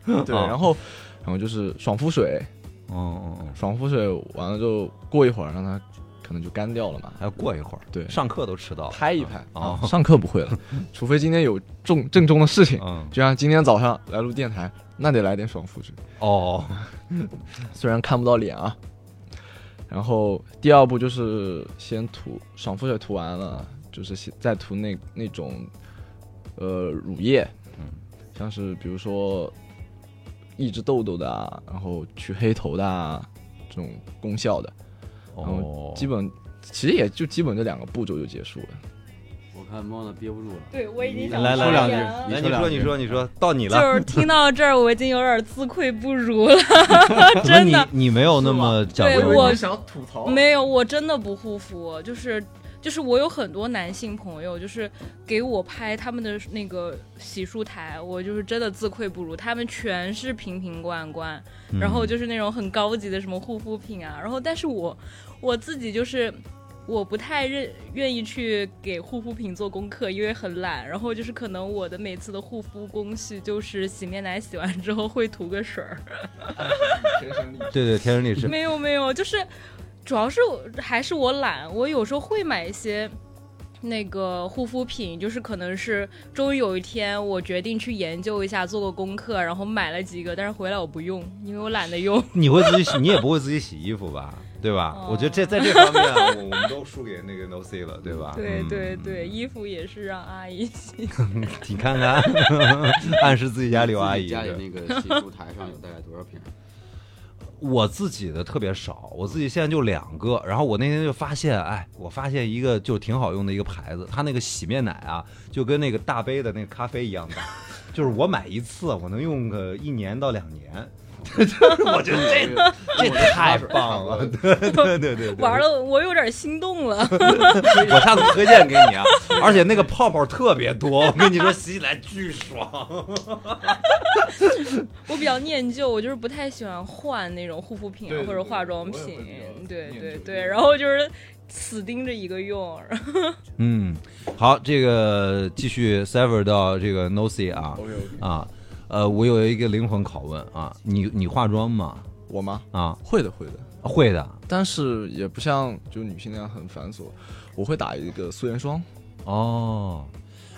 [SPEAKER 3] 对，
[SPEAKER 1] 啊
[SPEAKER 3] 然后然后就是爽肤水，
[SPEAKER 1] 哦哦哦，
[SPEAKER 3] 爽肤水完了之后过一会儿让它可能就干掉了嘛，
[SPEAKER 1] 还要过一会儿，
[SPEAKER 3] 对
[SPEAKER 1] 上课都迟到了，
[SPEAKER 3] 拍一拍
[SPEAKER 1] 哦
[SPEAKER 3] 上课不
[SPEAKER 1] (laughs)
[SPEAKER 3] 会了，除非今天有重正宗的事情，
[SPEAKER 1] 嗯，
[SPEAKER 3] 就像今天早上来录电台，那得来点爽肤水，
[SPEAKER 1] 哦，
[SPEAKER 3] 虽然看不到脸啊。然后第二步就是先涂爽肤水，涂完了就是先再涂那那种呃乳液，
[SPEAKER 1] 嗯
[SPEAKER 3] 像是比如说抑制痘痘的啊，然后去黑头的啊这种功效的，然后
[SPEAKER 1] 哦，
[SPEAKER 3] 基本其实也就基本这两个步骤就结束了。
[SPEAKER 5] 我看猫呢憋不住了。
[SPEAKER 2] 对我已经
[SPEAKER 5] 来
[SPEAKER 2] 想
[SPEAKER 1] 来
[SPEAKER 5] 来
[SPEAKER 1] 来
[SPEAKER 5] 说两
[SPEAKER 2] 发言了
[SPEAKER 5] 句，
[SPEAKER 1] 来，
[SPEAKER 5] 说
[SPEAKER 1] 你
[SPEAKER 5] 两
[SPEAKER 1] 说，
[SPEAKER 5] 句
[SPEAKER 1] 你说，你说，到你
[SPEAKER 2] 就
[SPEAKER 5] (laughs)
[SPEAKER 1] 了，
[SPEAKER 2] 是听到这儿，我已经有点自愧不如了，
[SPEAKER 1] 怎么
[SPEAKER 2] 真的。
[SPEAKER 1] 你你没有那么讲
[SPEAKER 2] 对
[SPEAKER 1] 究
[SPEAKER 2] 我
[SPEAKER 1] 吗
[SPEAKER 4] 哎想吐
[SPEAKER 3] 哦
[SPEAKER 4] 槽
[SPEAKER 2] 没有，我真的不护肤，就是就是我有很多男性朋友，就是给我拍他们的那个洗漱台，我就是真的自愧不如，他们全是瓶瓶罐罐，
[SPEAKER 1] 嗯
[SPEAKER 2] 然后就是那种很高级的什么护肤品啊，然后但是我我自己就是。我不太认愿意去给护肤品做功课，因为很懒。然后就是可能我的每次的护肤工序就是洗面奶洗完之后会涂个水儿，
[SPEAKER 1] 对对，天生丽质，
[SPEAKER 2] 没有没有，就是主要是我还是我懒，我有时候会买一些。那个护肤品就是可能是终于有一天我决定去研究一下，做个功课，然后买了几个，但是回来我不用，因为我懒得用。
[SPEAKER 1] 你会自己洗，你 (laughs) 也不会自己洗衣服吧？对吧
[SPEAKER 2] 哦？
[SPEAKER 1] 我觉得这在这方面，啊我我们都输给那个 No C 了，对吧？
[SPEAKER 2] (laughs) 对
[SPEAKER 1] 嗯
[SPEAKER 2] 对对，衣服也是让阿姨 (laughs) 洗。
[SPEAKER 1] 你看看， (laughs) 暗示自己家里有阿姨。
[SPEAKER 5] 家里
[SPEAKER 1] 对
[SPEAKER 5] 那个洗
[SPEAKER 1] (laughs)
[SPEAKER 5] 漱台上有大概多少瓶？
[SPEAKER 1] 我自己的特别少，我自己现在就两个。然后我那天就发现，哎，我发现一个就挺好用的一个牌子，它那个洗面奶啊，就跟那个 (laughs) 大杯的那个咖啡一样大，就是我买一次，我能用个一年到两年。 (laughs) 我觉得这 (laughs) 个这太棒 (laughs) 了，对对对对，
[SPEAKER 2] 玩了，我有点心动了。
[SPEAKER 1] 我下次推荐给你啊，而且那个泡泡特别多，我跟你说洗起来巨爽。
[SPEAKER 2] 我比较念旧，我就是不太喜欢换那种护肤品
[SPEAKER 4] 对
[SPEAKER 2] 啊
[SPEAKER 4] 对
[SPEAKER 2] 或者化妆
[SPEAKER 4] 对我也会
[SPEAKER 2] 品
[SPEAKER 4] 比较，
[SPEAKER 2] 对
[SPEAKER 4] 念
[SPEAKER 2] 对
[SPEAKER 4] 旧
[SPEAKER 2] 对，然后就是死盯着一个用， (laughs) 然后
[SPEAKER 1] 嗯，好，这个继续 sever 到这个 Nosy 啊
[SPEAKER 4] OK OK，
[SPEAKER 1] 啊，呃，我有一个灵魂拷问啊，你你化妆吗？
[SPEAKER 3] 我吗？
[SPEAKER 1] 啊，
[SPEAKER 3] 会的，会的，
[SPEAKER 1] 会的
[SPEAKER 3] 但是也不像就女性那样很繁琐。我会打一个素颜霜，
[SPEAKER 1] 哦。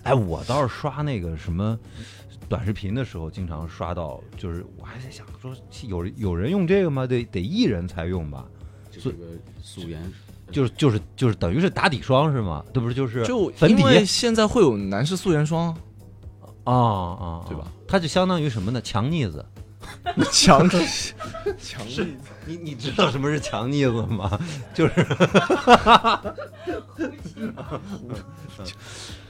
[SPEAKER 1] 哎，我倒是刷那个什么短视频的时候，经常刷到，就是我还在想说，有人有人用这个吗？得得艺人才用吧？
[SPEAKER 5] 就是个素颜，
[SPEAKER 1] 就是就是就是等于是打底霜是吗？这不是就是
[SPEAKER 3] 就
[SPEAKER 1] 粉
[SPEAKER 3] 因
[SPEAKER 1] 底
[SPEAKER 3] 为现在会有男士素颜霜，
[SPEAKER 1] 啊啊，
[SPEAKER 3] 对吧？
[SPEAKER 1] 它就相当于什么呢？强腻子。
[SPEAKER 3] (laughs) 强强
[SPEAKER 1] 是你你知道什么是强腻子吗？ (laughs) 就是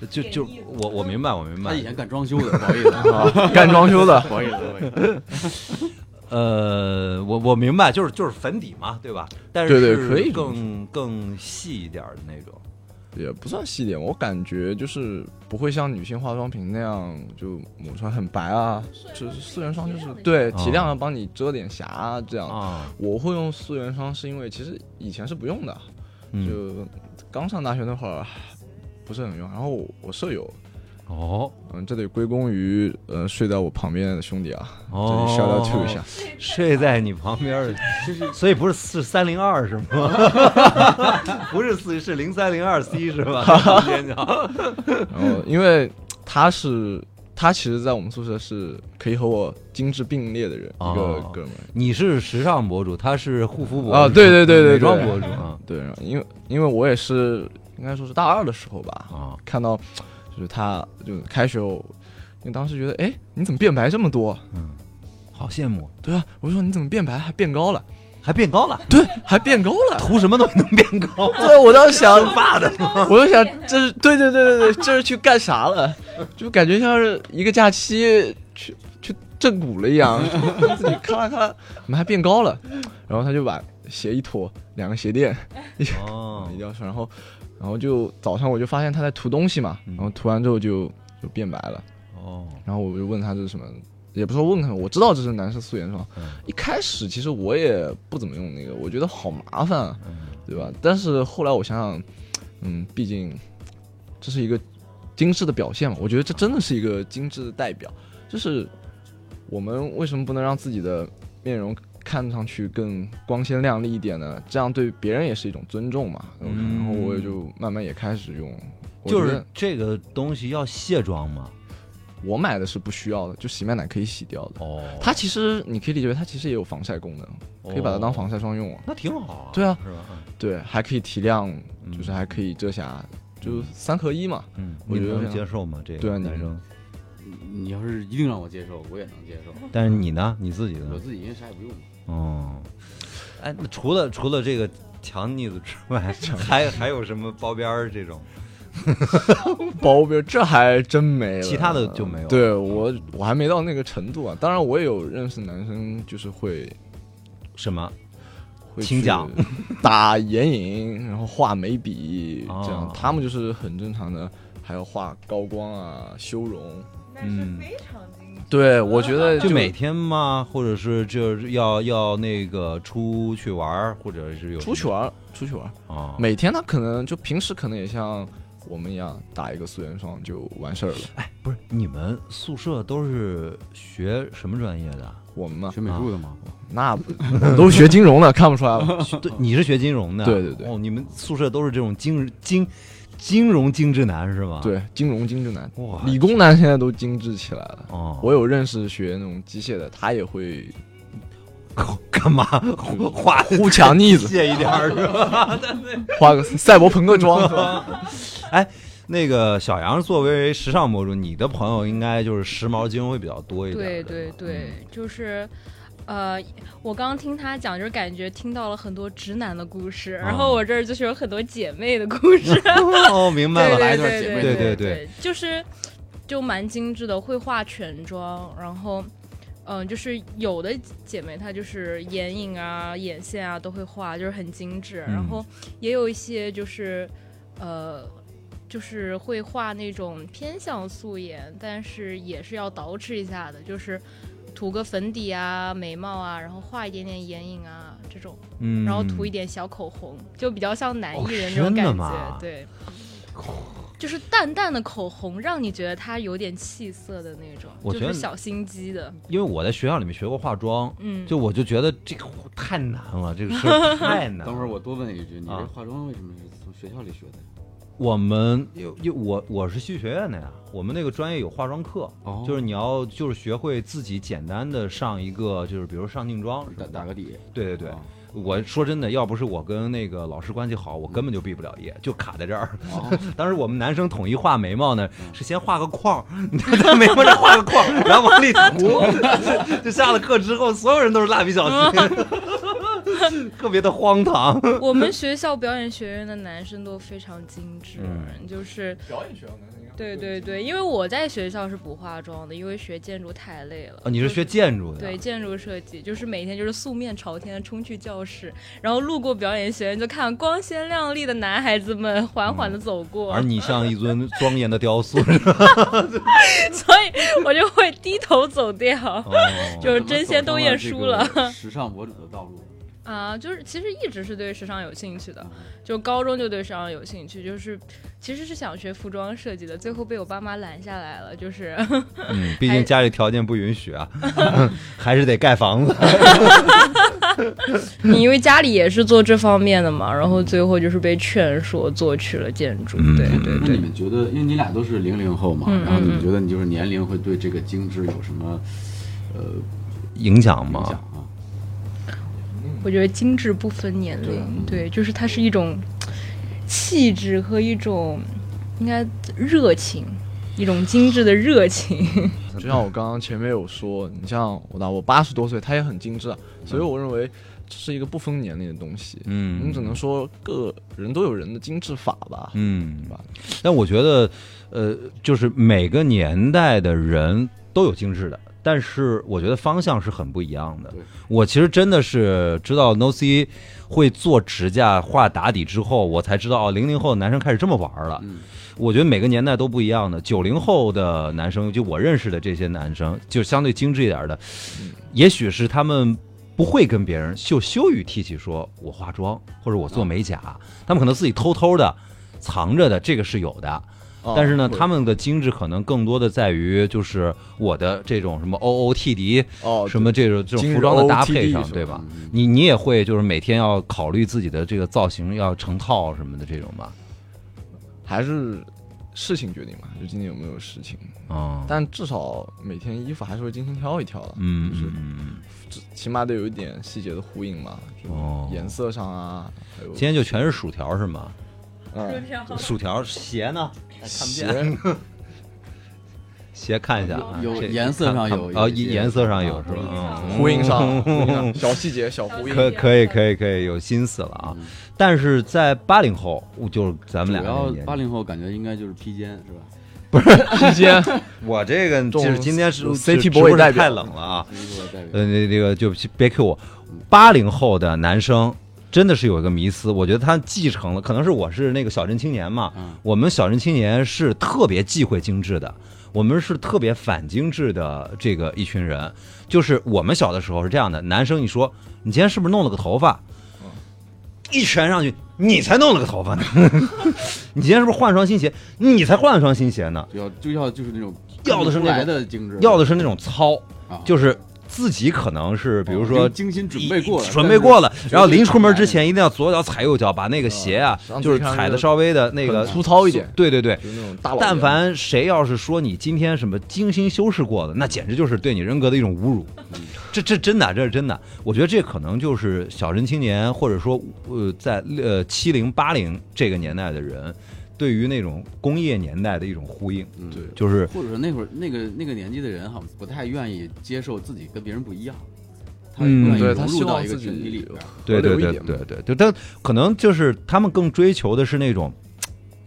[SPEAKER 1] 就，就就我我明白我明
[SPEAKER 5] 他
[SPEAKER 1] 白
[SPEAKER 5] 以，前干
[SPEAKER 1] (laughs)
[SPEAKER 5] 装修的，不好意思啊，
[SPEAKER 3] 干装修的，
[SPEAKER 5] 不好意思，不好意思。
[SPEAKER 1] 呃，我我明白，就是就是粉底嘛，对吧？但是
[SPEAKER 3] 对对可以这么
[SPEAKER 1] 更更细一点的那种。
[SPEAKER 3] 也不算细点，我感觉就是不会像女性化妆品那样就抹出来很白啊，就是素颜霜就是对
[SPEAKER 1] 哦
[SPEAKER 3] 提亮要帮你遮点瑕啊这样。
[SPEAKER 1] 啊，
[SPEAKER 3] 我会用素颜霜是因为其实以前是不用的，
[SPEAKER 1] 嗯，
[SPEAKER 3] 就刚上大学那会儿不是很用。然后我我舍友，
[SPEAKER 1] 哦
[SPEAKER 3] 嗯，这得归功于呃睡在我旁边的兄弟啊，这
[SPEAKER 1] 哦
[SPEAKER 3] 里 shout out to 一下，，
[SPEAKER 1] 睡在你旁边 (laughs) 儿，所以不是四三零二是吗？ (laughs) 不是四是零三零二 C 是 (laughs) 吧？
[SPEAKER 3] 然后因为他是。他其实，在我们宿舍是可以和我精致并列的人，
[SPEAKER 1] 哦
[SPEAKER 3] 一个哥们儿。
[SPEAKER 1] 你是时尚博主，他是护肤博主
[SPEAKER 3] 啊对对对对
[SPEAKER 1] 美妆
[SPEAKER 3] 对
[SPEAKER 1] 博主啊
[SPEAKER 3] 对，然后因为因为我也是应该说是大二的时候吧，
[SPEAKER 1] 啊
[SPEAKER 3] 看到就是他就开学后，因为当时觉得哎你怎么变白这么多？
[SPEAKER 1] 嗯，好羡慕，
[SPEAKER 3] 对啊，我说你怎么变白还变高了？
[SPEAKER 1] 还变高了，
[SPEAKER 3] 对，还变高了。？
[SPEAKER 1] 涂什么东西能变高
[SPEAKER 3] (laughs) 对，我当时想，
[SPEAKER 1] 爸的，
[SPEAKER 3] 我就想，这是对对对对对，这是去干啥了？就感觉像是一个假期去去正骨了一样， (laughs) 自己咔啦咔啦，怎么还变高了？然后他就把鞋一脱，两个鞋垫，
[SPEAKER 1] 哦
[SPEAKER 3] 一定要穿。然后，然后就早上我就发现他在涂东西嘛，
[SPEAKER 1] 嗯
[SPEAKER 3] 然后涂完之后就就变白了。
[SPEAKER 1] 哦，
[SPEAKER 3] 然后我就问他这是什么，也不是说问他，我知道这是男士素颜霜。
[SPEAKER 1] 嗯
[SPEAKER 3] 一开始其实我也不怎么用那个，我觉得好麻烦啊，
[SPEAKER 1] 嗯
[SPEAKER 3] 对吧？但是后来我想想，嗯，毕竟这是一个精致的表现嘛，我觉得这真的是一个精致的代表，就是我们为什么不能让自己的面容？看上去更光鲜亮丽一点呢，这样对别人也是一种尊重嘛。
[SPEAKER 1] 嗯
[SPEAKER 3] 然后我也就慢慢也开始用，我
[SPEAKER 1] 就
[SPEAKER 3] 觉
[SPEAKER 1] 是
[SPEAKER 3] 得
[SPEAKER 1] 这个东西要卸妆吗？
[SPEAKER 3] 我买的是不需要的，就洗面奶可以洗掉的。
[SPEAKER 1] 哦，
[SPEAKER 3] 它其实你可以理解为它其实也有防晒功能，可以把它当防
[SPEAKER 1] 哦，
[SPEAKER 3] 晒霜用啊。
[SPEAKER 1] 那挺好啊，
[SPEAKER 3] 对啊，
[SPEAKER 1] 是吧？
[SPEAKER 3] 对，还可以提亮，
[SPEAKER 1] 嗯
[SPEAKER 3] 就是还可以遮瑕，就三合一嘛。 (laughs)
[SPEAKER 1] 嗯，
[SPEAKER 3] 我
[SPEAKER 1] 你
[SPEAKER 3] 觉得
[SPEAKER 1] 能
[SPEAKER 3] 这样
[SPEAKER 1] 接受吗？这
[SPEAKER 3] 对
[SPEAKER 1] 个
[SPEAKER 3] 啊你
[SPEAKER 1] 男生，
[SPEAKER 5] 你要是一定让我接受，我也能接受。
[SPEAKER 1] 但是你呢？你自己呢
[SPEAKER 5] 我？自己因为啥也不用嘛，
[SPEAKER 1] 哦，哎，那除了除了这个强腻子之外，还还有什么包边儿这种？
[SPEAKER 3] 包边这还真没了，
[SPEAKER 1] 其他的就没有
[SPEAKER 3] 对我我还没到那个程度啊。当然我也有认识男生，就是会
[SPEAKER 1] 什么？
[SPEAKER 3] 会
[SPEAKER 1] 请
[SPEAKER 3] 去
[SPEAKER 1] 讲
[SPEAKER 3] 打眼影， (laughs) 然后画眉笔，这样
[SPEAKER 1] 哦
[SPEAKER 3] 他们就是很正常的，还要画高光啊、修容。
[SPEAKER 1] 嗯
[SPEAKER 2] 非常精致。
[SPEAKER 3] 对，我觉得
[SPEAKER 1] 就每天吗？或者是就是要要那个出去玩儿，或者是有
[SPEAKER 3] 出去玩儿，出去玩儿。
[SPEAKER 1] 啊？
[SPEAKER 3] 每天他可能就平时可能也像我们一样打一个素颜霜就完事儿了。
[SPEAKER 1] 哎，不是，你们宿舍都是学什么专业的？
[SPEAKER 3] 我们嘛，
[SPEAKER 5] 学美术的嘛，
[SPEAKER 3] 那不 (laughs) 都学金融了，看不出来
[SPEAKER 1] (laughs)
[SPEAKER 3] 了。
[SPEAKER 1] 学对，你是学金融的？
[SPEAKER 3] 对对对
[SPEAKER 1] 哦，你们宿舍都是这种金金金融精致男是吗？，
[SPEAKER 3] 对，金融精致男，
[SPEAKER 1] 哇，
[SPEAKER 3] 理工男现在都精致起来了。
[SPEAKER 1] 哦，
[SPEAKER 3] 我有认识学那种机械的，他也会
[SPEAKER 1] 干 (laughs) 嘛画
[SPEAKER 3] 护墙腻子，
[SPEAKER 1] 卸一点儿是吧？
[SPEAKER 3] 画个赛博朋克妆。
[SPEAKER 1] (laughs) 那个小杨作为时尚博主，你的朋友应该就是时髦精会比较多一点儿。
[SPEAKER 2] 对
[SPEAKER 1] 嗯
[SPEAKER 2] 对
[SPEAKER 1] 吧
[SPEAKER 2] 对，，就是。呃，我刚刚听他讲，就是感觉听到了很多直男的故事，
[SPEAKER 1] 啊
[SPEAKER 2] 然后我这儿就是有很多姐妹的故事，
[SPEAKER 1] 嗯哦，明白了，
[SPEAKER 2] 对
[SPEAKER 5] 来一
[SPEAKER 2] 对
[SPEAKER 5] 段
[SPEAKER 2] 对
[SPEAKER 5] 姐妹
[SPEAKER 2] 对
[SPEAKER 5] 的
[SPEAKER 1] 对
[SPEAKER 2] 对
[SPEAKER 1] 对
[SPEAKER 2] 就是就蛮精致的，会化全妆，然后嗯，就是有的姐妹她就是眼影啊、眼线啊都会画，就是很精致。
[SPEAKER 1] 嗯
[SPEAKER 2] 然后也有一些就是，呃，就是会画那种偏向素颜，但是也是要捯饬一下的，就是涂个粉底啊、眉毛啊，然后画一点点眼影啊这种，
[SPEAKER 1] 嗯，
[SPEAKER 2] 然后涂一点小口红，就比较像男
[SPEAKER 1] 哦
[SPEAKER 2] 艺人那种
[SPEAKER 1] 真的哦
[SPEAKER 2] 感
[SPEAKER 1] 吗
[SPEAKER 2] 觉，对。就是淡淡的口红，让你觉得她有点气色的那种，
[SPEAKER 1] 我
[SPEAKER 2] 就
[SPEAKER 1] 觉
[SPEAKER 2] 是
[SPEAKER 1] 得
[SPEAKER 2] 小心机的，
[SPEAKER 1] 因为我在学校里面学过化妆，
[SPEAKER 2] 嗯，
[SPEAKER 1] 就我就觉得这个太难了，这个事儿太难了。
[SPEAKER 5] 等会儿我多问一句，你
[SPEAKER 1] 啊
[SPEAKER 5] 这化妆为什么是从学校里学的呀？
[SPEAKER 1] 我们有有我我是戏剧学院的呀，我们那个专业有化妆课，
[SPEAKER 5] 哦
[SPEAKER 1] 就是你要就是学会自己简单的上一个就是比如上定妆什
[SPEAKER 5] 打
[SPEAKER 1] 么
[SPEAKER 5] 打
[SPEAKER 1] 的。
[SPEAKER 5] 个底。
[SPEAKER 1] 对对对
[SPEAKER 5] 哦，
[SPEAKER 1] 我说真的，要不是我跟那个老师关系好，我根本就毕不了业，就卡在这儿。
[SPEAKER 5] 哦
[SPEAKER 1] 当时我们男生统一画眉毛呢，是先画个框，你在 (laughs) 眉毛上画个框，然后往里涂。 (laughs) 就下了课之后，所有人都是蜡笔小新， (laughs) 特别的荒唐。
[SPEAKER 2] 我们学校表演学院的男生都非常精致，
[SPEAKER 1] 嗯
[SPEAKER 2] 就是
[SPEAKER 4] 表演学校男生应该
[SPEAKER 2] 对对对，因为我在学校是不化妆的，因为学建筑太累了。
[SPEAKER 1] 哦你是学建筑的？
[SPEAKER 2] 对，建筑设计，就是每天就是素面朝天地冲去教室，然后路过表演学院就看光鲜亮丽的男孩子们缓缓
[SPEAKER 1] 嗯
[SPEAKER 2] 的走过，
[SPEAKER 1] 哦而你像一尊庄严的雕
[SPEAKER 2] (laughs)
[SPEAKER 1] 塑，
[SPEAKER 2] 所以我就会低头走掉。
[SPEAKER 1] 哦
[SPEAKER 2] (laughs) 就是争先斗艳输了。
[SPEAKER 5] 时尚博主的道路，
[SPEAKER 2] 啊，就是其实一直是对时尚有兴趣的
[SPEAKER 5] 嗯，
[SPEAKER 2] 就高中就对时尚有兴趣，就是其实是想学服装设计的，最后被我爸妈拦下来了， (laughs) 就是。
[SPEAKER 1] 嗯，毕竟家里条件不允许啊， (laughs) 还是得盖房子。
[SPEAKER 2] 你因为家里也是做这方面的嘛，然后最后就是被劝说做去了建筑，
[SPEAKER 1] 嗯
[SPEAKER 2] 对对
[SPEAKER 5] 那你们觉得，因为你俩都是零零后嘛，
[SPEAKER 2] 嗯
[SPEAKER 5] 然后你
[SPEAKER 2] 嗯嗯
[SPEAKER 5] 们觉得你就是年龄会对这个精致有什么呃
[SPEAKER 1] 影响
[SPEAKER 5] 影响
[SPEAKER 1] 吗？
[SPEAKER 5] 啊？
[SPEAKER 2] 我觉得精致不分年龄，对，就是它是一种气质和一种应该热情，一种精致的热情。
[SPEAKER 3] (laughs) 就像我刚刚前面有说，你像我打我八十多岁，他也很精致啊，所以我认为这是一个不分年龄的东西。我
[SPEAKER 1] 嗯
[SPEAKER 3] 们只能说个人都有人的精致法啊吧。
[SPEAKER 1] 嗯，但我觉得，呃，就是每个年代的人都有精致的，但是我觉得方向是很不一样的
[SPEAKER 5] 对。
[SPEAKER 1] 我其实真的是知道 No C 会做指甲、画打底之后，我才知道哦，零零后的男生开始这么玩儿了。
[SPEAKER 5] 嗯，
[SPEAKER 1] 我觉得每个年代都不一样的。九零后的男生，就我认识的这些男生，就相对精致一点的，也许是他们不会跟别人羞羞于提起说我化妆或者我做美甲，他们可能自己偷偷的藏着的，这个是有的。
[SPEAKER 3] 哦
[SPEAKER 1] 但是呢，
[SPEAKER 3] 会
[SPEAKER 1] 他们的精致可能更多的在于就是我的这种什么 OOTD
[SPEAKER 3] 哦
[SPEAKER 1] 什么这种这种
[SPEAKER 3] 精致
[SPEAKER 1] 服装的搭配
[SPEAKER 3] OOTD
[SPEAKER 1] 上，
[SPEAKER 3] 是吧
[SPEAKER 1] 对吧？
[SPEAKER 5] 嗯
[SPEAKER 1] 你你也会就是每天要考虑自己的这个造型要成套什么的这种吧？
[SPEAKER 3] 还是事情决定嘛，就今天有没有事情。
[SPEAKER 1] 啊、
[SPEAKER 3] 但至少每天衣服还是会精心挑一挑的，
[SPEAKER 1] 嗯，
[SPEAKER 3] 就
[SPEAKER 1] 嗯
[SPEAKER 3] 是
[SPEAKER 1] 嗯嗯。
[SPEAKER 3] 这起码得有一点细节的呼应嘛，
[SPEAKER 1] 哦
[SPEAKER 3] 就颜色上啊，还有
[SPEAKER 1] 今天就全是薯条是吗？
[SPEAKER 3] 嗯
[SPEAKER 1] 薯条鞋呢？看不见。
[SPEAKER 3] 鞋
[SPEAKER 1] 鞋看一下啊，
[SPEAKER 5] 有
[SPEAKER 1] 这
[SPEAKER 5] 颜色
[SPEAKER 1] 看
[SPEAKER 5] 上有
[SPEAKER 1] 啊，
[SPEAKER 5] 有一些
[SPEAKER 1] 颜色上有
[SPEAKER 5] 啊
[SPEAKER 1] 是吧？
[SPEAKER 2] (laughs)
[SPEAKER 1] 嗯
[SPEAKER 3] 呼应上，呼应上小细节小呼应。
[SPEAKER 1] 可可以可以可以有心思了啊！
[SPEAKER 5] 嗯
[SPEAKER 1] 但是在八零后，我就是咱们俩
[SPEAKER 5] 主要
[SPEAKER 1] 这年纪
[SPEAKER 5] 八零后感觉应该就是披肩是吧？
[SPEAKER 3] 披肩，
[SPEAKER 1] 我这个就是今天是
[SPEAKER 3] 中
[SPEAKER 1] 是
[SPEAKER 3] CT
[SPEAKER 1] 是不
[SPEAKER 3] boy
[SPEAKER 1] 是
[SPEAKER 3] 代表
[SPEAKER 1] 太冷了啊！
[SPEAKER 5] 衣服代表
[SPEAKER 1] 呃，那这个就别 Q 我。八零后的男生真的是有一个迷思，我觉得他继承了，可能是我是那个小镇青年嘛，
[SPEAKER 5] 嗯
[SPEAKER 1] 我们小镇青年是特别忌讳精致的，我们是特别反精致的这个一群人。就是我们小的时候是这样的，男生你说你今天是不是弄了个头发？一拳上去，你才弄了个头发呢！ (laughs) 你今天是不是换了双新鞋？你才换了双新鞋呢！
[SPEAKER 5] 就要就要就是那种
[SPEAKER 1] 要的是那种
[SPEAKER 5] 来的精致，哦
[SPEAKER 1] 要的是那种糙，
[SPEAKER 5] 啊哦
[SPEAKER 1] 就是自己可能是比如
[SPEAKER 5] 已
[SPEAKER 1] 说
[SPEAKER 5] 经精心准备过了，
[SPEAKER 1] 准备过了，然后临出门之
[SPEAKER 5] 但是
[SPEAKER 1] 前一定要左脚踩右脚，把那个鞋啊
[SPEAKER 3] 嗯，
[SPEAKER 1] 就是踩的稍微的那个
[SPEAKER 3] 很粗糙一点
[SPEAKER 1] 对对对，
[SPEAKER 3] 就是那种大佬。
[SPEAKER 1] 但凡谁要是说你今天什么精心修饰过的，那简直就是对你人格的一种侮辱。这这真的，这是真的。我觉得这可能就是小镇青年，或者说呃，在呃七零八零这个年代的人，对于那种工业年代的一种呼应，
[SPEAKER 5] 嗯
[SPEAKER 3] 对
[SPEAKER 1] 就是
[SPEAKER 5] 或者说那会儿那个那个年纪的人哈，不太愿意接受自己跟别人不一样，他不
[SPEAKER 1] 嗯
[SPEAKER 5] 愿意
[SPEAKER 3] 对他
[SPEAKER 5] 融
[SPEAKER 3] 希
[SPEAKER 5] 入到
[SPEAKER 3] 望
[SPEAKER 5] 一个
[SPEAKER 3] 自己
[SPEAKER 5] 群体里边儿。
[SPEAKER 1] 对对
[SPEAKER 3] 流一
[SPEAKER 1] 对
[SPEAKER 3] 点嘛
[SPEAKER 1] 对对对，但可能就是他们更追求的是那种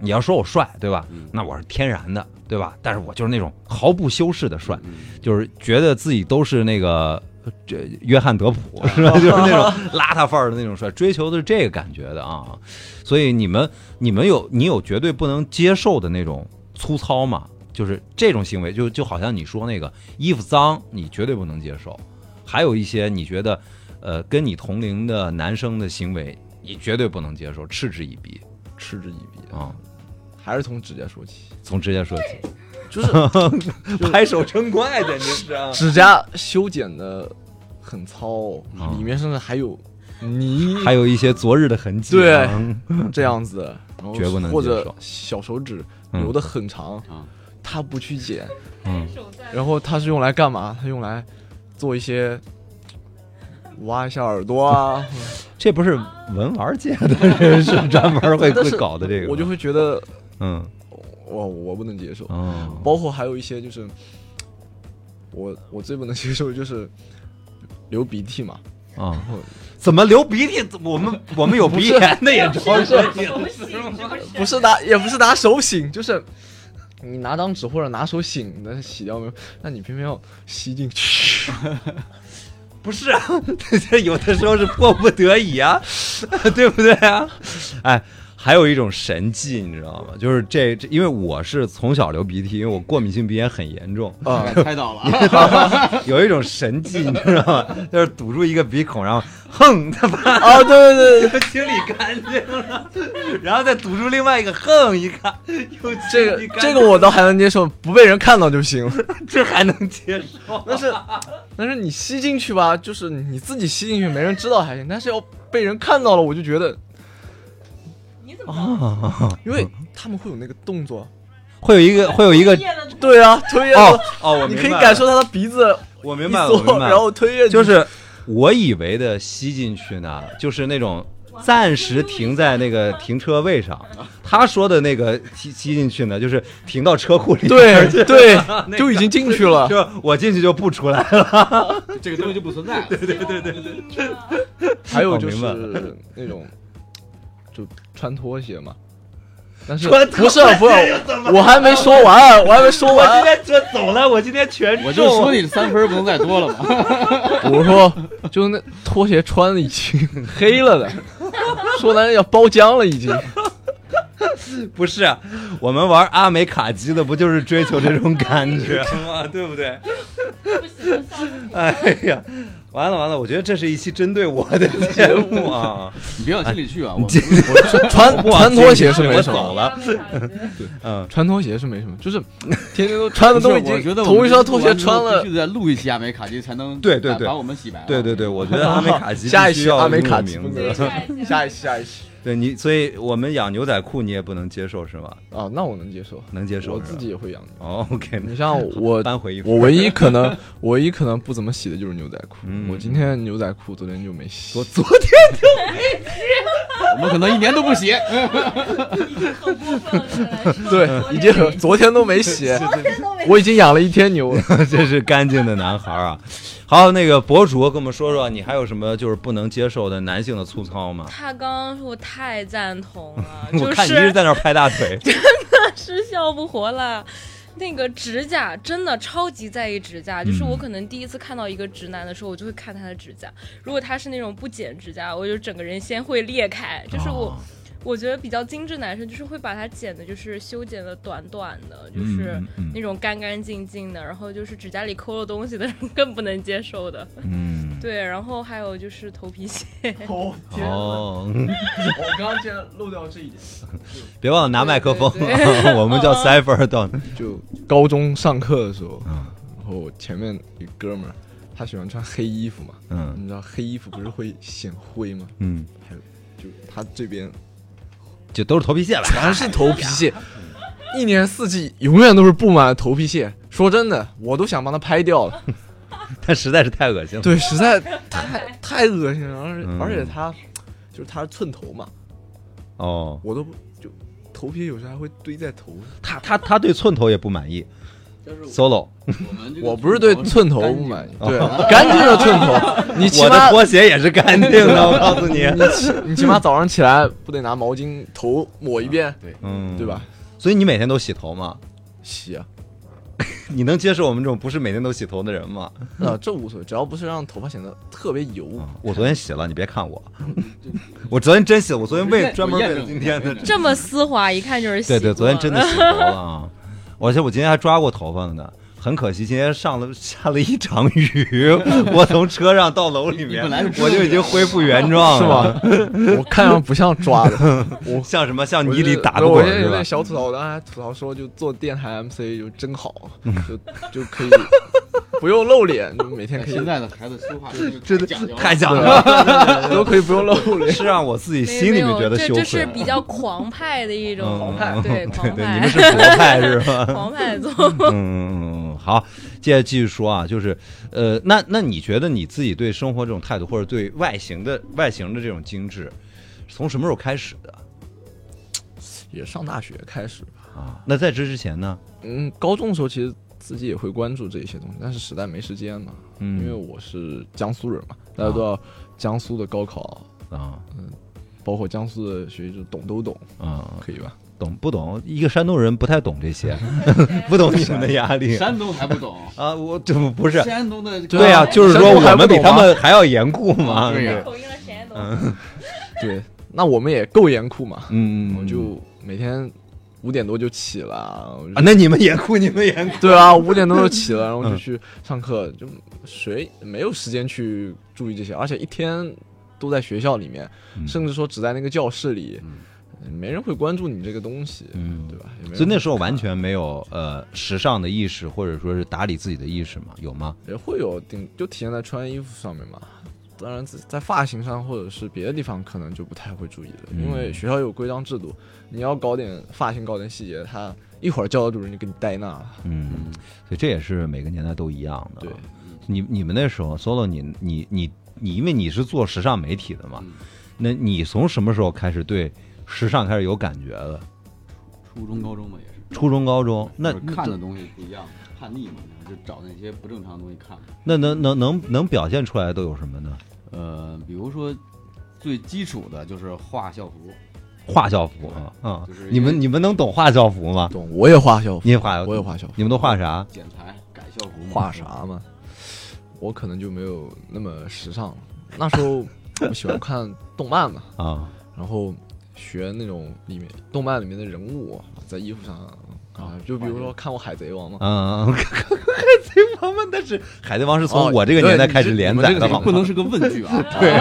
[SPEAKER 1] 你要说我帅，对吧
[SPEAKER 5] 嗯？
[SPEAKER 1] 那我是天然的，对吧？但是我就是那种毫不修饰的帅，
[SPEAKER 5] 嗯
[SPEAKER 1] 就是觉得自己都是那个呃这约翰德普是吧？就是那种邋遢范儿的那种帅，追求的是这个感觉的啊。所以你们你们有你有绝对不能接受的那种粗糙吗？就是这种行为，就就好像你说那个衣服脏，你绝对不能接受。还有一些你觉得，呃，跟你同龄的男生的行为，你绝对不能接受，嗤之以鼻
[SPEAKER 3] 嗤之以鼻
[SPEAKER 1] 啊、！
[SPEAKER 3] 还是从指甲说起，
[SPEAKER 1] 从指甲说起，
[SPEAKER 3] 就是
[SPEAKER 1] 拍手称快，简直是啊！
[SPEAKER 3] 指甲修剪的很糙哦、
[SPEAKER 1] 啊
[SPEAKER 3] 里面甚至还有泥，
[SPEAKER 1] 还有一些昨日的痕迹、
[SPEAKER 3] 对
[SPEAKER 1] 啊，
[SPEAKER 3] 这样子，然后
[SPEAKER 1] 绝不能
[SPEAKER 3] 或
[SPEAKER 1] 接
[SPEAKER 3] 者
[SPEAKER 1] 受
[SPEAKER 3] 小手指
[SPEAKER 1] 嗯
[SPEAKER 3] 留的很长，
[SPEAKER 5] 啊
[SPEAKER 3] 他不去剪，
[SPEAKER 1] 嗯，
[SPEAKER 2] 手在
[SPEAKER 3] 然后它是用来干嘛？它用来做一些挖一下耳朵啊，
[SPEAKER 1] 这不是文玩界的人是专
[SPEAKER 3] (laughs)
[SPEAKER 1] 门会
[SPEAKER 3] 但
[SPEAKER 1] 会
[SPEAKER 3] 是
[SPEAKER 1] 搞的这个吗，
[SPEAKER 3] 我就会觉得
[SPEAKER 1] 嗯
[SPEAKER 3] 我我不能接受。
[SPEAKER 1] 哦
[SPEAKER 3] 包括还有一些就是我我最不能接受的就是流鼻涕嘛，
[SPEAKER 1] 啊，怎么流鼻涕？我们我们有鼻炎的
[SPEAKER 3] (laughs)
[SPEAKER 1] 也招人
[SPEAKER 2] 什么戏？就是
[SPEAKER 3] 不是拿也不是拿手擤，就是。你拿张纸或者拿手擤的洗掉没有？那你偏偏要吸进 (laughs) 去，
[SPEAKER 1] 不是啊，有的时候是 (laughs) 迫不得已啊， (laughs) 对不对啊？哎，还有一种神技，你知道吗？就是这这，因为我是从小流鼻涕，因为我过敏性鼻炎很严
[SPEAKER 3] (laughs)
[SPEAKER 1] 重，
[SPEAKER 5] (laughs) 啊，猜到了啊，
[SPEAKER 1] 有一种神技，你知道吗？就是堵住一个鼻孔，然后哼，他把
[SPEAKER 3] 哦，对对对，
[SPEAKER 1] 它清理干净了，然后再堵住另外一个，哼一看，又
[SPEAKER 3] 这
[SPEAKER 1] 清理
[SPEAKER 3] 个
[SPEAKER 1] 干净
[SPEAKER 3] 这个我倒还能接受，不被人看到就行了。
[SPEAKER 1] (laughs) 这还能接受？
[SPEAKER 3] 但是但是你吸进去吧，就是你自己吸进去，没人知道还行，但是要被人看到了，我就觉得，
[SPEAKER 2] 你怎么知道？
[SPEAKER 3] 因为他们会有那个动作，
[SPEAKER 1] (laughs)
[SPEAKER 3] 啊
[SPEAKER 1] 会有一个会有一个
[SPEAKER 2] 毕业了
[SPEAKER 3] 对啊，推啊，
[SPEAKER 1] 哦哦，我
[SPEAKER 3] 你
[SPEAKER 1] 明白
[SPEAKER 3] 可以
[SPEAKER 1] 了
[SPEAKER 3] 感受，他的鼻子
[SPEAKER 1] 我
[SPEAKER 3] 一
[SPEAKER 1] 明白了，我明
[SPEAKER 3] 缩，
[SPEAKER 1] 白了，
[SPEAKER 3] 然后推下去， (laughs)
[SPEAKER 1] 就是我以为的吸进去呢，就是那种暂时停在那个停车位上。他说的那个吸吸进去呢，就是停到车库里。
[SPEAKER 3] 对 (laughs)
[SPEAKER 1] 那个
[SPEAKER 3] 对，就已经进去
[SPEAKER 1] (laughs)
[SPEAKER 3] 了。
[SPEAKER 1] 就我进去就不出来了。
[SPEAKER 5] 这个东西就不存在了。
[SPEAKER 3] (laughs) 还有就
[SPEAKER 1] 我明
[SPEAKER 3] 是那种，就穿拖鞋 (laughs) 嘛。但是
[SPEAKER 1] 穿拖
[SPEAKER 3] 不是啊不是，我还没说完，啊我还没说
[SPEAKER 1] 我今
[SPEAKER 3] (laughs) 完。
[SPEAKER 1] 天这走了，我今天全中。
[SPEAKER 5] 我就说你三分不能再多了嘛。
[SPEAKER 3] 我说，就那拖鞋穿的已经 (laughs) 黑了的，说难要包浆了已 (laughs) 经。
[SPEAKER 1] (laughs) 不是，啊我们玩阿美卡基的不就是追求这种感 (laughs) 觉吗？对不对？哎呀，完了完了，我觉得这是一期针对我的节目 (laughs) 啊。
[SPEAKER 5] 你别往心里去
[SPEAKER 3] 哎
[SPEAKER 5] 啊，我
[SPEAKER 1] 这
[SPEAKER 3] 穿
[SPEAKER 1] 不好
[SPEAKER 3] 穿拖鞋是
[SPEAKER 1] 我
[SPEAKER 3] 没什么，
[SPEAKER 1] 走了。 (laughs) 嗯，
[SPEAKER 3] 穿拖鞋是没什么，就是天天 (laughs) 都穿的都已
[SPEAKER 5] 我觉
[SPEAKER 3] 经
[SPEAKER 5] 得
[SPEAKER 3] 头一双拖鞋穿了
[SPEAKER 5] 必须，得再录一期阿美卡基才能
[SPEAKER 1] 对对对
[SPEAKER 5] 把我们洗白了。啊
[SPEAKER 1] 对对对，我觉 (laughs) 得阿美卡基
[SPEAKER 3] 下一
[SPEAKER 1] 必须
[SPEAKER 3] 期
[SPEAKER 1] 要
[SPEAKER 3] 阿美
[SPEAKER 1] 入
[SPEAKER 3] 卡基
[SPEAKER 1] 名
[SPEAKER 3] 不
[SPEAKER 1] 字
[SPEAKER 3] 能。
[SPEAKER 5] 嗯
[SPEAKER 3] 下一期下一期
[SPEAKER 1] (laughs) 对你，所以我们养牛仔裤你也不能接受是吗？
[SPEAKER 3] 啊，那我能接受，
[SPEAKER 1] 能接受
[SPEAKER 3] 我
[SPEAKER 1] 是吧
[SPEAKER 3] 自己也会养牛。
[SPEAKER 1] 哦，OK，
[SPEAKER 3] 你像
[SPEAKER 1] (laughs)
[SPEAKER 3] 我，
[SPEAKER 1] 搬回衣服，
[SPEAKER 3] 我唯一可能我唯一可能不怎么洗的就是牛仔裤
[SPEAKER 1] 嗯，
[SPEAKER 3] 我今天牛仔裤昨天就没洗
[SPEAKER 1] 我，昨天
[SPEAKER 5] 我们可能一年都不
[SPEAKER 3] (laughs)
[SPEAKER 5] 洗。
[SPEAKER 2] 很过分了原来是，
[SPEAKER 3] 对，已经很昨天都没洗，我已经养了一天牛了。
[SPEAKER 1] (laughs) 真是干净的男孩啊！好，那个博主跟我们说说，你还有什么就是不能接受的男性的粗糙吗？
[SPEAKER 2] 他刚刚说我太赞同了，
[SPEAKER 1] (laughs) 我
[SPEAKER 2] 就
[SPEAKER 1] 看你一直
[SPEAKER 2] 是
[SPEAKER 1] 在那儿拍大腿，
[SPEAKER 2] 是笑不活了。那个指甲真的超级在意指甲，就是我
[SPEAKER 1] 嗯
[SPEAKER 2] 可能第一次看到一个直男的时候，我就会看他的指甲。如果他是那种不剪指甲，我就整个人先会裂开。就是我，
[SPEAKER 1] 哦
[SPEAKER 2] 我觉得比较精致男生就是会把它剪的，就是修剪的短短的，就是
[SPEAKER 1] 嗯嗯
[SPEAKER 2] 那种干干净净的，然后就是指甲里抠了东西的人 (laughs) 更不能接受的。
[SPEAKER 1] 嗯，
[SPEAKER 2] 对，然后还有就是头皮屑， (laughs)
[SPEAKER 1] (laughs)
[SPEAKER 3] 哦，
[SPEAKER 1] 哦，
[SPEAKER 3] 我刚刚竟然漏掉这一点。
[SPEAKER 1] 别忘了拿麦克风，
[SPEAKER 2] 对
[SPEAKER 1] (laughs) 我们叫 Cipher 到
[SPEAKER 3] (laughs) 就高中上课的时候，
[SPEAKER 1] 嗯
[SPEAKER 3] 然后我前面一哥们儿，他喜欢穿黑衣服嘛，
[SPEAKER 1] 嗯
[SPEAKER 3] 你知道黑衣服不是会显灰吗？
[SPEAKER 1] 嗯，
[SPEAKER 3] 还有，就他
[SPEAKER 1] (laughs)
[SPEAKER 3] 这边
[SPEAKER 1] 就都是头皮屑吧。
[SPEAKER 3] 全是头皮屑，一年四季永远都是布满头皮屑。说真的，我都想帮他拍掉了。
[SPEAKER 1] (laughs) 但实在是太恶 (laughs) 心了。
[SPEAKER 3] 对，实在太太恶心了，而且、
[SPEAKER 1] 嗯
[SPEAKER 3] 而且他就是他是寸头嘛，
[SPEAKER 1] 哦，
[SPEAKER 3] 我都不就头皮有时候还会堆在头上。
[SPEAKER 1] 他他他对寸头也不满意，
[SPEAKER 5] 就是
[SPEAKER 1] solo，
[SPEAKER 5] 我们这个
[SPEAKER 3] 我不是对
[SPEAKER 5] 组合
[SPEAKER 3] 寸头啊
[SPEAKER 5] 干
[SPEAKER 3] 不
[SPEAKER 5] 净
[SPEAKER 3] 满意，对，干净的寸 (laughs) 头，你起
[SPEAKER 1] 我的
[SPEAKER 3] 码
[SPEAKER 1] 拖鞋也是干净的，我告诉
[SPEAKER 3] (laughs)
[SPEAKER 1] 你。
[SPEAKER 3] 你起你起码早上起来不得拿毛巾头抹一遍，
[SPEAKER 5] 对， (laughs)
[SPEAKER 1] 嗯，
[SPEAKER 3] 对吧？？
[SPEAKER 1] 所以你每天都洗头吗？
[SPEAKER 3] 洗啊，
[SPEAKER 1] 你能接受我们这种不是每天都洗头的人吗？
[SPEAKER 3] 啊，这无所谓，只要不是让头发显得特别油。
[SPEAKER 1] 嗯我昨天洗了，你别看我， (laughs) 我昨天真洗了，我昨天为专门为了今天的。
[SPEAKER 2] 这么丝滑，一看就是洗
[SPEAKER 1] 对对，昨天
[SPEAKER 2] 过
[SPEAKER 1] 真的洗
[SPEAKER 5] (laughs)
[SPEAKER 1] 头了啊！而且我今天还抓过头发了呢。很可惜，今天上了下了一场雨， (laughs) 我从车上到楼里面
[SPEAKER 5] 你本来就，知道
[SPEAKER 1] 我就已经恢复原状
[SPEAKER 3] 是
[SPEAKER 1] 了，
[SPEAKER 3] 吧？ (laughs) 我看上不像抓的，
[SPEAKER 1] 吧？ (laughs) 像什么像
[SPEAKER 3] 我
[SPEAKER 1] 泥里
[SPEAKER 3] 就
[SPEAKER 1] 打
[SPEAKER 3] 不是
[SPEAKER 1] 滚
[SPEAKER 3] 我现在
[SPEAKER 1] 是
[SPEAKER 3] 有
[SPEAKER 1] 吧
[SPEAKER 3] 点？小吐槽，我刚才吐槽说，就做电台 MC 就真好，
[SPEAKER 1] 嗯
[SPEAKER 3] 就就可以不用露脸，就每天可
[SPEAKER 5] 哎
[SPEAKER 3] 以 (laughs)
[SPEAKER 5] 现在的孩子说话真的讲究了，
[SPEAKER 1] 太讲究了，
[SPEAKER 3] 都可以不用露脸。
[SPEAKER 1] 是让我自己
[SPEAKER 2] 没
[SPEAKER 1] 心里面
[SPEAKER 2] 没有
[SPEAKER 1] 觉得
[SPEAKER 2] 这
[SPEAKER 1] 羞
[SPEAKER 2] 这是
[SPEAKER 1] 愧。
[SPEAKER 2] 比较狂派的一种
[SPEAKER 1] 嗯
[SPEAKER 2] 对
[SPEAKER 1] 嗯 (laughs)
[SPEAKER 2] 狂
[SPEAKER 1] 对
[SPEAKER 2] 派，
[SPEAKER 1] 你们是国派是吧？
[SPEAKER 2] 狂派作风。
[SPEAKER 1] 嗯嗯嗯，嗯，好，接着继续说啊，就是呃，那那你觉得你自己对生活这种态度，或者对外形的外形的这种精致，是从什么时候开始的
[SPEAKER 3] 也上大学开始吧，
[SPEAKER 1] 啊？那在这之前呢？
[SPEAKER 3] 嗯，高中的时候其实自己也会关注这些东西，但是实在没时间嘛，
[SPEAKER 1] 嗯，
[SPEAKER 3] 因为我是江苏人嘛，大家都知道江苏的高考，
[SPEAKER 1] 啊
[SPEAKER 3] 包括江苏的学习制，懂都懂，
[SPEAKER 1] 啊，
[SPEAKER 3] 可以吧？
[SPEAKER 1] 懂不懂？一个山东人不太懂这
[SPEAKER 3] (laughs)
[SPEAKER 1] 些，不懂你们的压力
[SPEAKER 5] 山东还不懂，
[SPEAKER 1] 啊。我这不不是，
[SPEAKER 5] 山东的
[SPEAKER 1] 对呀、
[SPEAKER 3] 啊
[SPEAKER 1] 就是
[SPEAKER 3] 山
[SPEAKER 1] 说
[SPEAKER 3] 东还
[SPEAKER 1] 我们比
[SPEAKER 3] 不懂
[SPEAKER 1] 他
[SPEAKER 3] 吗
[SPEAKER 1] 们还要严酷嘛。
[SPEAKER 5] 对呀
[SPEAKER 1] 对
[SPEAKER 2] 口音了，谁也懂。
[SPEAKER 3] 对，那我们也够严酷嘛，
[SPEAKER 1] 嗯，
[SPEAKER 3] 我就每天五点多就起了，我就
[SPEAKER 1] 啊，那你们严酷，你们严酷。 (laughs)
[SPEAKER 3] 对啊，五点多就起了，然后就
[SPEAKER 1] 嗯
[SPEAKER 3] 去上课，就谁没有时间去注意这些，而且一天都在学校里面，
[SPEAKER 1] 嗯
[SPEAKER 3] 甚至说只在那个教室里，没人会关注你这个东西，
[SPEAKER 1] 嗯
[SPEAKER 3] 对吧？也没人
[SPEAKER 1] 所以那时候完全没有呃时尚的意识，或者说是打理自己的意识嘛？有吗？
[SPEAKER 3] 也会有顶，就体现在穿衣服上面嘛。当然，在在发型上或者是别的地方，可能就不太会注意了，因为
[SPEAKER 1] 嗯
[SPEAKER 3] 学校有规章制度，你要搞点发型，搞点细节，他一会儿教导主任就给你带那了。
[SPEAKER 1] 嗯，所以这也是每个年代都一样的。
[SPEAKER 3] 对，
[SPEAKER 5] 嗯
[SPEAKER 1] 你你们那时候 solo，你你你你，因为你是做时尚媒体的嘛，
[SPEAKER 5] 嗯
[SPEAKER 1] 那你从什么时候开始对时尚开始有感觉的？
[SPEAKER 5] 初中高中嘛也是，
[SPEAKER 1] 初中、高中？那
[SPEAKER 5] 就是看的东西不一样，叛逆嘛，就找那些不正常的东西看。
[SPEAKER 1] 那能能能能表现出来的都有什么呢？
[SPEAKER 5] 呃，比如说最基础的就是画校服，
[SPEAKER 1] 画校服啊啊！
[SPEAKER 5] 就是
[SPEAKER 1] 你们你们能懂画校服吗？
[SPEAKER 3] 懂？我也画校服，
[SPEAKER 1] 你也画，
[SPEAKER 3] 我也画校服
[SPEAKER 1] 你们都画啥？
[SPEAKER 5] 剪裁、改校服嘛。
[SPEAKER 3] 画啥嘛？我可能就没有那么时尚了。那时候我喜欢看动漫嘛， (laughs)
[SPEAKER 1] 啊？
[SPEAKER 3] 然后学那种里面动漫里面的人物在衣服上
[SPEAKER 5] 呃
[SPEAKER 3] 啊，就比如说看过《海贼王》嘛。
[SPEAKER 1] 嗯，海贼王嘛，但
[SPEAKER 5] (laughs)
[SPEAKER 1] 是海贼王是从我这个年代开始连载的
[SPEAKER 5] (laughs) 哦这
[SPEAKER 1] 嘛
[SPEAKER 5] 个，不能是个问句 (laughs) 啊！
[SPEAKER 3] 对，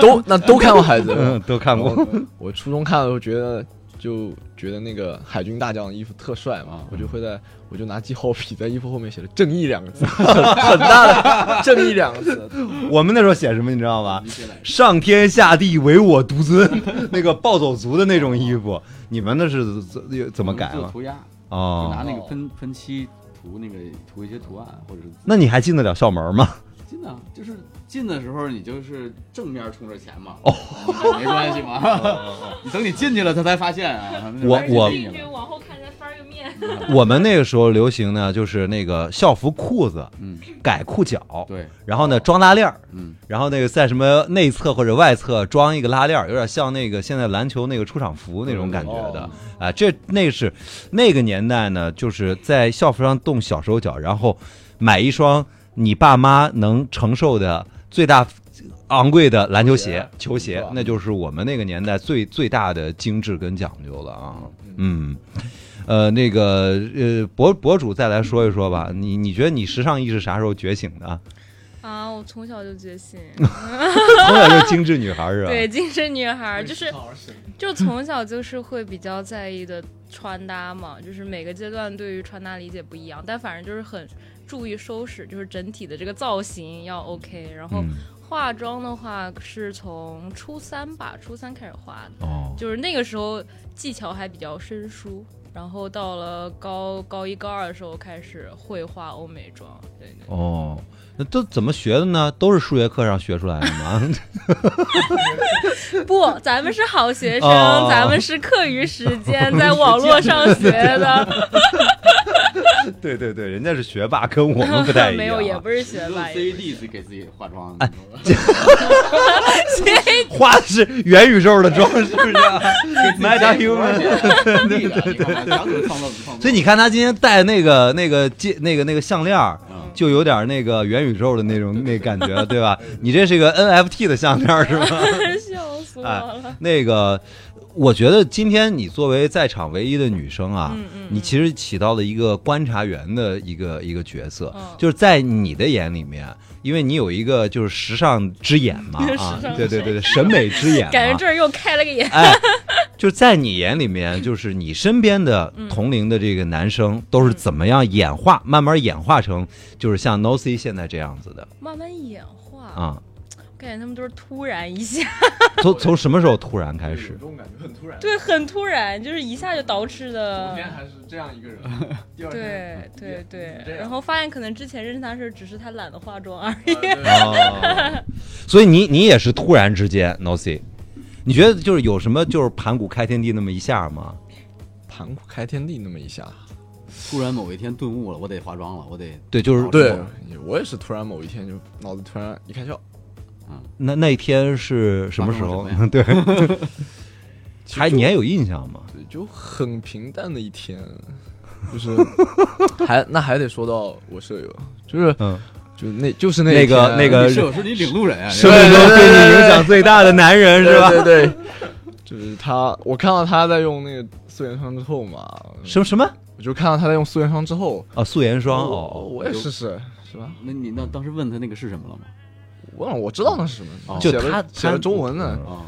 [SPEAKER 3] 都那都看过《海贼
[SPEAKER 1] (laughs)
[SPEAKER 3] 王
[SPEAKER 1] 嗯，》。都看
[SPEAKER 5] (laughs)
[SPEAKER 1] 过。
[SPEAKER 5] 哦
[SPEAKER 3] 我初中看的时候觉得，就觉得那个海军大将的衣服特帅嘛
[SPEAKER 1] 嗯
[SPEAKER 5] 啊，
[SPEAKER 3] 我就会在，我就拿记号笔在衣服后面写了“正义”两个字，很很大的“正义”两个字。
[SPEAKER 4] (laughs)
[SPEAKER 1] 我们那时候写什么，你知道吗
[SPEAKER 5] 你写哪？个
[SPEAKER 1] 上天下地唯我独尊， (laughs) 那个暴走族的那种衣服，你们那是怎怎
[SPEAKER 5] 怎啊
[SPEAKER 1] 么改
[SPEAKER 5] 做
[SPEAKER 1] 了？
[SPEAKER 5] 涂鸦，就拿
[SPEAKER 1] 哦，
[SPEAKER 5] 那个喷喷漆涂那个涂一些图案，或者是
[SPEAKER 1] 那你还进得了校门
[SPEAKER 5] (laughs)
[SPEAKER 1] 吗？
[SPEAKER 5] 进的，就是进的时候你就是正面冲着前嘛，哦，哦没关系 (laughs) 嘛。你等你进去了，他才发现啊。
[SPEAKER 1] 我我
[SPEAKER 5] 进去了
[SPEAKER 2] 往后看，再翻个面。
[SPEAKER 1] 我们那个时候流行呢，就是那个校服裤子
[SPEAKER 5] 嗯，
[SPEAKER 1] 改裤脚，
[SPEAKER 5] 对，
[SPEAKER 1] 然后呢装拉链儿，
[SPEAKER 5] 嗯，
[SPEAKER 1] 然后那个在什么内侧或者外侧装一个拉链儿，有点像那个现在篮球那个出场服那种感觉的
[SPEAKER 3] 哦
[SPEAKER 1] 啊。这那是那个年代呢，就是在校服上动小手脚，然后买一双你爸妈能承受的最大昂贵的篮球鞋、球
[SPEAKER 3] 是
[SPEAKER 1] 鞋
[SPEAKER 3] 吧，
[SPEAKER 1] 那就是我们那个年代最最大的精致跟讲究了啊。嗯，呃，那个呃，博博主再来说一说吧，你你觉得你时尚意识啥时候觉醒的？
[SPEAKER 2] (laughs) 啊，我从小就觉醒，
[SPEAKER 1] 从小就是精致女孩是吧？
[SPEAKER 2] 对，精神女孩儿就是，就从小就是会比较在意的穿搭嘛，就是每个阶段对于穿搭理解不一样，但反正就是很注意收拾，就是整体的这个造型要 OK。然后
[SPEAKER 1] 嗯，
[SPEAKER 2] 化妆的话是从初三吧，初三开始化的，
[SPEAKER 1] 哦，
[SPEAKER 2] 就是那个时候技巧还比较生疏。然后到了高高一高二的时候开始会化欧美妆，对
[SPEAKER 1] (laughs)
[SPEAKER 2] 对。
[SPEAKER 1] 哦，那都怎么学的呢？都是数学课上学出来的吗？ (laughs)
[SPEAKER 2] 不，咱们是好学生，
[SPEAKER 1] 哦
[SPEAKER 2] (laughs) 咱们是课余时间在网络上学的。
[SPEAKER 1] 对对对，人家是学霸，跟我们不太一样啊。
[SPEAKER 2] (laughs) 没有，也不是学
[SPEAKER 5] 用
[SPEAKER 2] 霸，
[SPEAKER 1] (laughs)
[SPEAKER 2] 也
[SPEAKER 5] CAD 自己给自己化妆，
[SPEAKER 2] 哎
[SPEAKER 1] 花的是元宇宙的妆，是不是 (laughs) 啊、买
[SPEAKER 5] (laughs)
[SPEAKER 1] 点 human。
[SPEAKER 5] 对的，你看强者创造主创作
[SPEAKER 1] 所以你看他今天戴那个那个戒那个那个项链儿，
[SPEAKER 5] 嗯
[SPEAKER 1] 就有点那个元宇宙的那种那感觉了，对 (laughs) 吧？你这是个 NFT 的项链儿是吗？
[SPEAKER 2] 笑死我了。
[SPEAKER 1] 那个，我觉得今天你作为在场唯一的女生啊，
[SPEAKER 2] 嗯嗯
[SPEAKER 1] 你其实起到了一个观察员的一个一个角色，
[SPEAKER 2] 嗯
[SPEAKER 1] 就是在你的眼里面，因为你有一个就是时尚之眼嘛
[SPEAKER 2] 时
[SPEAKER 1] 啊
[SPEAKER 2] 尚之，眼
[SPEAKER 1] 对对对对，审美之眼嘛，
[SPEAKER 2] (laughs) 感觉这儿又开了个眼，
[SPEAKER 1] 哎，就在你眼里面，就是你身边的
[SPEAKER 2] 嗯
[SPEAKER 1] 同龄的这个男生都是怎么样演化，慢慢演化成就是像 Nocy 现在这样子的
[SPEAKER 2] 慢慢演化。
[SPEAKER 1] 啊？
[SPEAKER 2] 我感觉他们都是突然一下， (laughs)
[SPEAKER 1] 从从什么时候突然开始
[SPEAKER 4] 这？种感觉很突然。
[SPEAKER 2] 对，很突然，就是一下就捯饬
[SPEAKER 4] 昨
[SPEAKER 2] 的。
[SPEAKER 4] 天还是这样一个人，第二天啊
[SPEAKER 2] 嗯 (laughs) 对对对
[SPEAKER 4] 这，样
[SPEAKER 2] 然后发现可能之前认识他是只是他懒得化妆而已。
[SPEAKER 4] 啊
[SPEAKER 1] 哦，
[SPEAKER 2] (laughs)
[SPEAKER 1] 所以你你也是突然之间 Nocy，你觉得就是有什么就是盘古开天地那么一下吗？
[SPEAKER 3] 盘古开天地那么一下，
[SPEAKER 5] 突然某一天顿悟了，我得化妆了，我得
[SPEAKER 1] 对，就是
[SPEAKER 5] 哦
[SPEAKER 3] 对
[SPEAKER 5] 哦
[SPEAKER 3] 我也是突然某一天就脑子突然一开窍，
[SPEAKER 1] 那那天是什么时候
[SPEAKER 5] 发生？
[SPEAKER 1] (laughs) 对，
[SPEAKER 3] 其实
[SPEAKER 1] 还
[SPEAKER 3] 就
[SPEAKER 1] 你还有印象吗？
[SPEAKER 3] 对，就很平淡的
[SPEAKER 1] (laughs)
[SPEAKER 3] 一天，就是还那还得说到我舍友，就是
[SPEAKER 1] 嗯，
[SPEAKER 3] 就那就是那
[SPEAKER 1] 那
[SPEAKER 3] 一
[SPEAKER 1] 个
[SPEAKER 3] 天啊
[SPEAKER 1] 那个
[SPEAKER 5] 你是有时候你领路人啊，
[SPEAKER 1] 生命中对你影响最大的男人是吧？
[SPEAKER 3] 对对对，就是他，我看到他在用那个素颜霜之后嘛，
[SPEAKER 1] 什么什么
[SPEAKER 3] 我就看到他在用素颜霜之后，
[SPEAKER 1] 啊？素颜霜
[SPEAKER 3] 我
[SPEAKER 1] 哦，
[SPEAKER 3] 我也试试，是吧？
[SPEAKER 5] 那你那当时问他那个是什么了吗？
[SPEAKER 3] 忘了，我知道那是什
[SPEAKER 5] 哦
[SPEAKER 3] 么，
[SPEAKER 1] 就
[SPEAKER 3] 写了
[SPEAKER 1] 他
[SPEAKER 3] 写了
[SPEAKER 1] 他
[SPEAKER 3] 中文呢，
[SPEAKER 5] 啊，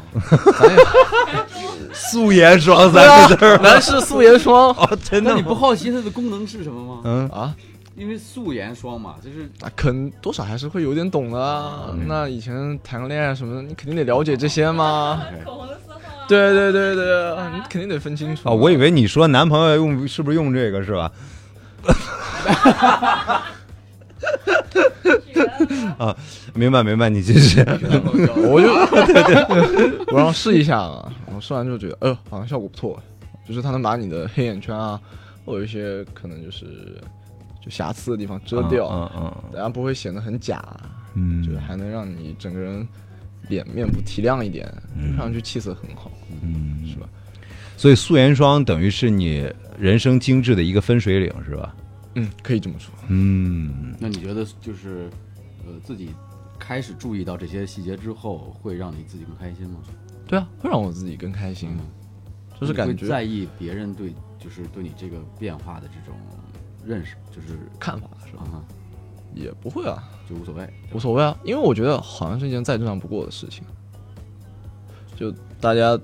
[SPEAKER 1] 素颜霜
[SPEAKER 3] 对啊
[SPEAKER 1] 三
[SPEAKER 3] (laughs)
[SPEAKER 1] 个字儿，
[SPEAKER 3] 男士素颜霜
[SPEAKER 1] 哦，真
[SPEAKER 5] 那
[SPEAKER 1] 的
[SPEAKER 5] 你不
[SPEAKER 1] 吗？
[SPEAKER 5] 好奇它的功能是什么吗？
[SPEAKER 1] 嗯，
[SPEAKER 3] 啊，
[SPEAKER 5] 因为素颜霜嘛，就是
[SPEAKER 3] 那肯多少还是会有点懂的啊。
[SPEAKER 1] 嗯
[SPEAKER 3] 那以前谈个恋爱什么的，你肯定得了解这
[SPEAKER 2] (laughs)
[SPEAKER 3] 些嘛。
[SPEAKER 2] 口红的色号啊，
[SPEAKER 3] 对对对对，啊你肯定得分清楚
[SPEAKER 1] 啊，我以为你说男朋友用是不是用这个是吧？啊，明白明白，你继续。
[SPEAKER 3] 我就我让试一下嘛，然后试完之后觉得，呃，好像效果不错，就是它能把你的黑眼圈啊，或者一些可能就是就瑕疵的地方遮掉，
[SPEAKER 1] 嗯嗯
[SPEAKER 3] 然后不会显得很假，
[SPEAKER 1] 嗯，
[SPEAKER 3] 就是还能让你整个人脸面部提亮一点，就看上去气色很好，
[SPEAKER 1] 嗯
[SPEAKER 3] 是吧？
[SPEAKER 1] 所以素颜霜等于是你人生精致的一个分水岭，是吧？
[SPEAKER 3] 嗯，可以这么说。
[SPEAKER 1] 嗯，
[SPEAKER 5] 那你觉得就是呃自己开始注意到这些细节之后，会让你自己更开心吗？嗯
[SPEAKER 3] 对啊，会让我自己更开心，就是
[SPEAKER 5] 你会
[SPEAKER 3] 感觉
[SPEAKER 5] 在意别人对就是对你这个变化的这种认识，就是
[SPEAKER 3] 看法是吧？
[SPEAKER 5] 啊
[SPEAKER 3] 也不会啊，
[SPEAKER 5] 就无所谓，
[SPEAKER 3] 无所谓啊，因为我觉得好像是一件再正常不过的事情。就大家，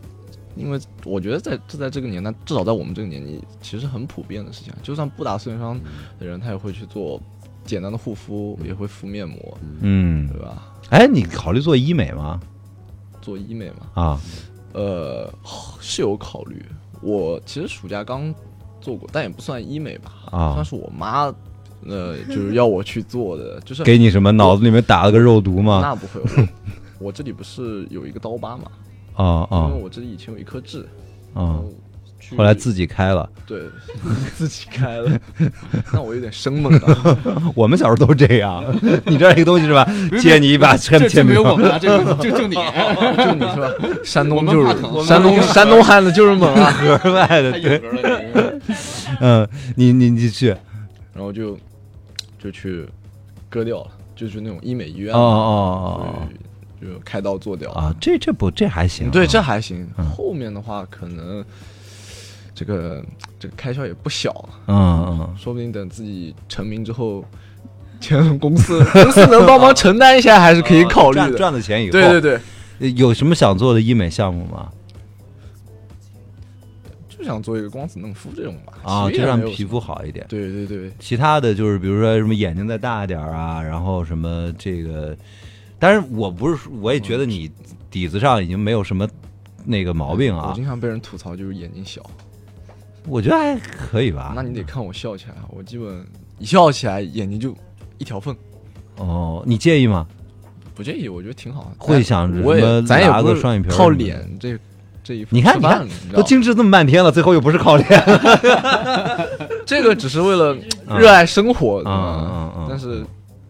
[SPEAKER 3] 因为我觉得在这在这个年代，至少在我们这个年纪，其实很普遍的事情啊。就算不打素颜霜的人，他也会去做简单的护肤，也会敷面膜，
[SPEAKER 1] 嗯，
[SPEAKER 3] 对吧？
[SPEAKER 1] 哎，你考虑做医美吗？
[SPEAKER 3] 做医美嘛，
[SPEAKER 1] 啊，
[SPEAKER 3] 呃，是有考虑。我其实暑假刚做过，但也不算医美吧，
[SPEAKER 1] 啊
[SPEAKER 3] 算是我妈，呃，就是要我去
[SPEAKER 1] (laughs)
[SPEAKER 3] 做的， (laughs) 就是
[SPEAKER 1] 给你什么脑子里面打了个肉毒吗？
[SPEAKER 3] 那不会，我我 (laughs) 这里不是有一个刀疤嘛，
[SPEAKER 1] 啊啊
[SPEAKER 3] 因为我这里以前有一颗痣，然
[SPEAKER 1] 啊！
[SPEAKER 3] 后嗯去
[SPEAKER 1] 后来自己开了， (laughs)
[SPEAKER 3] 对自己开了， (laughs) 那我有点生猛了。 (laughs)
[SPEAKER 1] 我们小时候都这样。 (laughs) 你这儿一个东西是吧？借你一把铅
[SPEAKER 5] 这这
[SPEAKER 1] 铅
[SPEAKER 5] 没
[SPEAKER 1] 笔
[SPEAKER 5] 有我
[SPEAKER 1] 刀。
[SPEAKER 5] 们啊，这 (laughs) 就就
[SPEAKER 2] (laughs)
[SPEAKER 5] 就你，
[SPEAKER 3] 就你是吧？山
[SPEAKER 5] 我
[SPEAKER 3] 东
[SPEAKER 5] 们
[SPEAKER 3] 就
[SPEAKER 5] 怕疼
[SPEAKER 3] 是山东山东汉子就是猛啊！
[SPEAKER 1] 格外的
[SPEAKER 5] 太有
[SPEAKER 1] 对，
[SPEAKER 5] 格了这个。
[SPEAKER 1] 嗯，你你你继续，哦
[SPEAKER 3] 然后就就去割掉了，就去那种医美医院
[SPEAKER 1] 哦哦
[SPEAKER 3] 就就开刀做掉
[SPEAKER 1] 哦啊，这这不这还行啊，
[SPEAKER 3] 嗯对，这还行
[SPEAKER 1] 嗯。
[SPEAKER 3] 后面的话可能这个这个开销也不小，
[SPEAKER 1] 嗯嗯，
[SPEAKER 3] 说不定等自己成名之后，前公司 (laughs) 公司能帮忙承担一下，还是可以考虑
[SPEAKER 1] 哦赚
[SPEAKER 3] 的。
[SPEAKER 1] 赚了钱以后，
[SPEAKER 3] 对对对，
[SPEAKER 1] 对，有什么想做的医美项目吗？
[SPEAKER 3] 就想做一个光子嫩肤这种吧，
[SPEAKER 1] 啊，
[SPEAKER 3] 其实
[SPEAKER 1] 就
[SPEAKER 3] 也
[SPEAKER 1] 让
[SPEAKER 3] 没有
[SPEAKER 1] 皮肤好一点。
[SPEAKER 3] 对对对，
[SPEAKER 1] 其他的就是比如说什么眼睛再大一点儿啊，然后什么这个，但是我不是，我也觉得你底子上已经没有什么那个毛病
[SPEAKER 3] 我
[SPEAKER 1] 啊
[SPEAKER 3] 经，常被人吐槽就是眼睛小，
[SPEAKER 1] 我觉得还可以吧。
[SPEAKER 3] 那你得看我笑起来，我基本一笑起来眼睛就一条缝，
[SPEAKER 1] 哦，你介意吗？
[SPEAKER 3] 不介意，我觉得挺好。
[SPEAKER 1] 会想着
[SPEAKER 3] 我
[SPEAKER 1] 什么
[SPEAKER 3] 也咱也
[SPEAKER 1] 拉
[SPEAKER 3] 不
[SPEAKER 1] 个
[SPEAKER 3] 是
[SPEAKER 1] 双眼皮儿
[SPEAKER 3] 靠
[SPEAKER 1] 什么的
[SPEAKER 3] 脸这这一
[SPEAKER 1] 你看，你看，都精致这么半天了，最后又不是靠脸。
[SPEAKER 3] 这个只是为了
[SPEAKER 1] 嗯
[SPEAKER 3] 热爱生活，
[SPEAKER 1] 嗯嗯嗯
[SPEAKER 3] 但是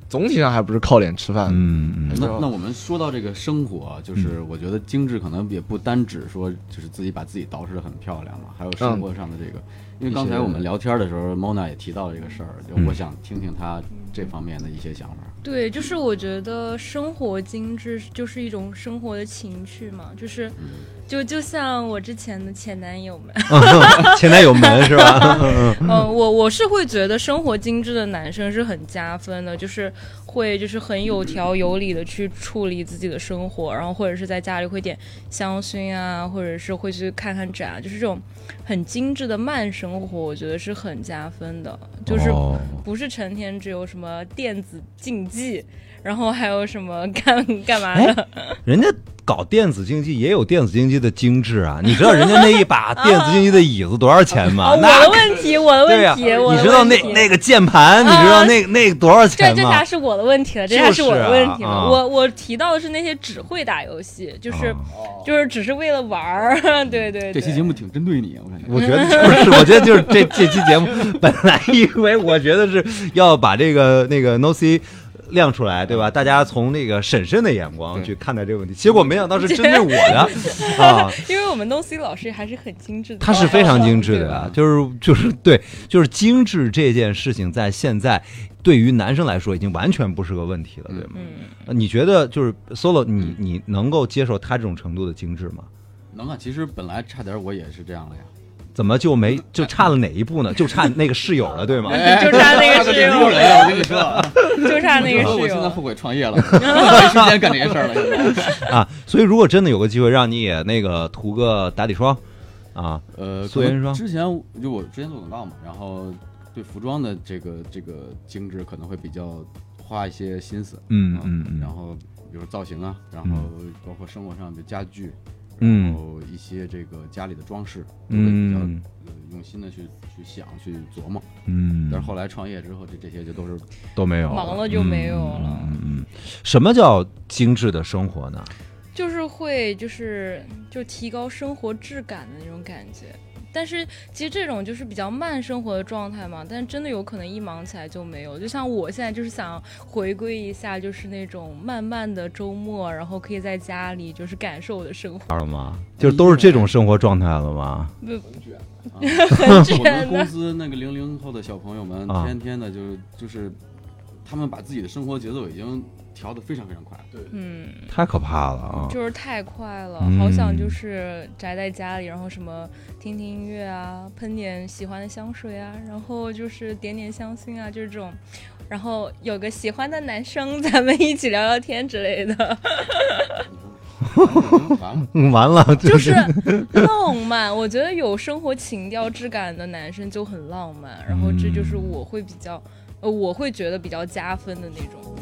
[SPEAKER 3] 总体上还不是靠脸吃饭。
[SPEAKER 1] 嗯嗯
[SPEAKER 5] (laughs) 那那我们说到这个生活啊，就是我觉得精致可能也不单指说就是自己把自己捯饬的很漂亮嘛，还有生活上的这个，因为刚才我们聊天的时候，Mona 也提到了这个事儿，就我想听听她这方面的一些想法。
[SPEAKER 2] 对，就是我觉得生活精致就是一种生活的情趣嘛，就是就就像我之前的前男友们，
[SPEAKER 3] 嗯
[SPEAKER 1] 前男友门是吧？
[SPEAKER 3] (laughs)
[SPEAKER 2] 嗯，我我是会觉得生活精致的男生是很加分的，就是会就是很有条有理的去处理自己的生活，然后或者是在家里会点香薰啊，或者是会去看看展啊，就是这种很精致的慢生活，我觉得是很加分的，就是
[SPEAKER 1] 哦
[SPEAKER 2] 不是成天只有什么电子竞技，然后还有什么干干嘛
[SPEAKER 1] 哎
[SPEAKER 2] 的？
[SPEAKER 1] 人家搞电子竞技也有电子竞技的精致啊！你知道人家那一
[SPEAKER 3] (laughs)
[SPEAKER 1] 把
[SPEAKER 3] 啊
[SPEAKER 1] 电子竞技的椅子多少钱吗
[SPEAKER 2] 哦，？我
[SPEAKER 1] 啊那
[SPEAKER 2] 的问题，我的
[SPEAKER 1] 对呀，
[SPEAKER 2] 问题，我
[SPEAKER 1] 你
[SPEAKER 2] 的
[SPEAKER 1] 知道
[SPEAKER 2] 问
[SPEAKER 1] 那
[SPEAKER 2] 题
[SPEAKER 1] 那个键盘，你知道那那多少
[SPEAKER 2] 这
[SPEAKER 1] 钱
[SPEAKER 2] 这
[SPEAKER 1] 吗
[SPEAKER 2] 下？是我的问题了，这
[SPEAKER 1] 就
[SPEAKER 2] 下是我
[SPEAKER 1] 是啊
[SPEAKER 2] 的问题了。
[SPEAKER 1] 啊
[SPEAKER 2] 我我提到的是那些只会打游戏，就是、就是只是为了玩儿， (laughs) 对对对。
[SPEAKER 5] 这期节目挺针对你，我感觉。
[SPEAKER 1] (laughs) 我觉
[SPEAKER 2] 嗯
[SPEAKER 1] 得就是，我觉得就是这这期节目本来以为我觉得是要把这个那个 No C 亮出来，对吧？大家从那个审慎的眼光去看待这个问题，结果没想到是针对我
[SPEAKER 2] (laughs)
[SPEAKER 1] 的啊。
[SPEAKER 2] 因为我们 No C 老师还是很精致的，哦
[SPEAKER 1] 它是非常精致
[SPEAKER 2] 对
[SPEAKER 1] 的
[SPEAKER 2] 吧
[SPEAKER 1] 啊，就是就是对，就是精致这件事情，在现在对于男生来说，已经完全不是个问题了，对吗？
[SPEAKER 2] 嗯，
[SPEAKER 1] 呃你觉得就是 solo，你你能够接受他这种程度的精致吗？
[SPEAKER 5] 能啊，其实本来差点我也是这样
[SPEAKER 2] (laughs)
[SPEAKER 5] 的呀。
[SPEAKER 1] 怎么就没就差了哪一步呢？就 (laughs) 差那个室友了，对吗？
[SPEAKER 2] 哎就差那
[SPEAKER 5] (laughs)
[SPEAKER 2] 个室
[SPEAKER 5] 点
[SPEAKER 2] 友
[SPEAKER 5] 入
[SPEAKER 2] 了，
[SPEAKER 5] 了，我跟你说，啊
[SPEAKER 2] 就差 (laughs) 那个
[SPEAKER 5] 我觉
[SPEAKER 2] 室
[SPEAKER 5] 得我现在
[SPEAKER 2] 友。
[SPEAKER 5] 后悔创业了， (laughs) 没时间干这些事儿了。现在
[SPEAKER 1] 啊，所以如果真的有个机会让你也那个涂个打底霜，啊，
[SPEAKER 5] 呃，
[SPEAKER 1] 素颜
[SPEAKER 5] 可能
[SPEAKER 1] 霜
[SPEAKER 5] 之前就我之前做广告嘛，然后对服装的这个这个精致可能会比较花一些心思，啊
[SPEAKER 1] 嗯嗯嗯
[SPEAKER 5] 然后比如造型啊，然后包括生活上的家具，
[SPEAKER 1] 嗯
[SPEAKER 5] 然后一些这个家里的装饰，都会比较
[SPEAKER 1] 嗯
[SPEAKER 5] 呃用心的去去想去琢磨。
[SPEAKER 1] 嗯，
[SPEAKER 5] 但是后来创业之后，这这些就都是
[SPEAKER 1] 都没有，
[SPEAKER 2] 忙了就没有了
[SPEAKER 1] 嗯嗯嗯嗯什么叫精致的生活呢？
[SPEAKER 2] 就是会就是就提高生活质感的那种感觉。但是其实这种就是比较慢生活的状态嘛，但真的有可能一忙起来就没有。就像我现在就是想回归一下，就是那种慢慢的周末，然后可以在家里就是感受我的生活。
[SPEAKER 1] 知道吗？就是都是这种生活状态了吗？
[SPEAKER 5] 啊
[SPEAKER 1] (laughs)
[SPEAKER 5] 我们公司那个零零后的小朋友们，
[SPEAKER 1] 啊
[SPEAKER 5] 天天的就就是他们把自己的生活节奏已经调得非常非常快了。
[SPEAKER 2] 嗯，
[SPEAKER 1] 太可怕了啊！
[SPEAKER 2] 就是太快了，
[SPEAKER 1] 嗯
[SPEAKER 2] 好想就是宅在家里，然后什么听听音乐啊，喷点喜欢的香水啊，然后就是点点香薰啊，就是这种。然后有个喜欢的男生，咱们一起聊聊天之类的，
[SPEAKER 5] 完了，
[SPEAKER 1] 嗯完了，
[SPEAKER 2] 就
[SPEAKER 1] (laughs) 就是
[SPEAKER 2] 浪漫。我觉得有生活情调质感的男生就很浪漫，然后这就是我会比较，呃，我会觉得比较加分的那种。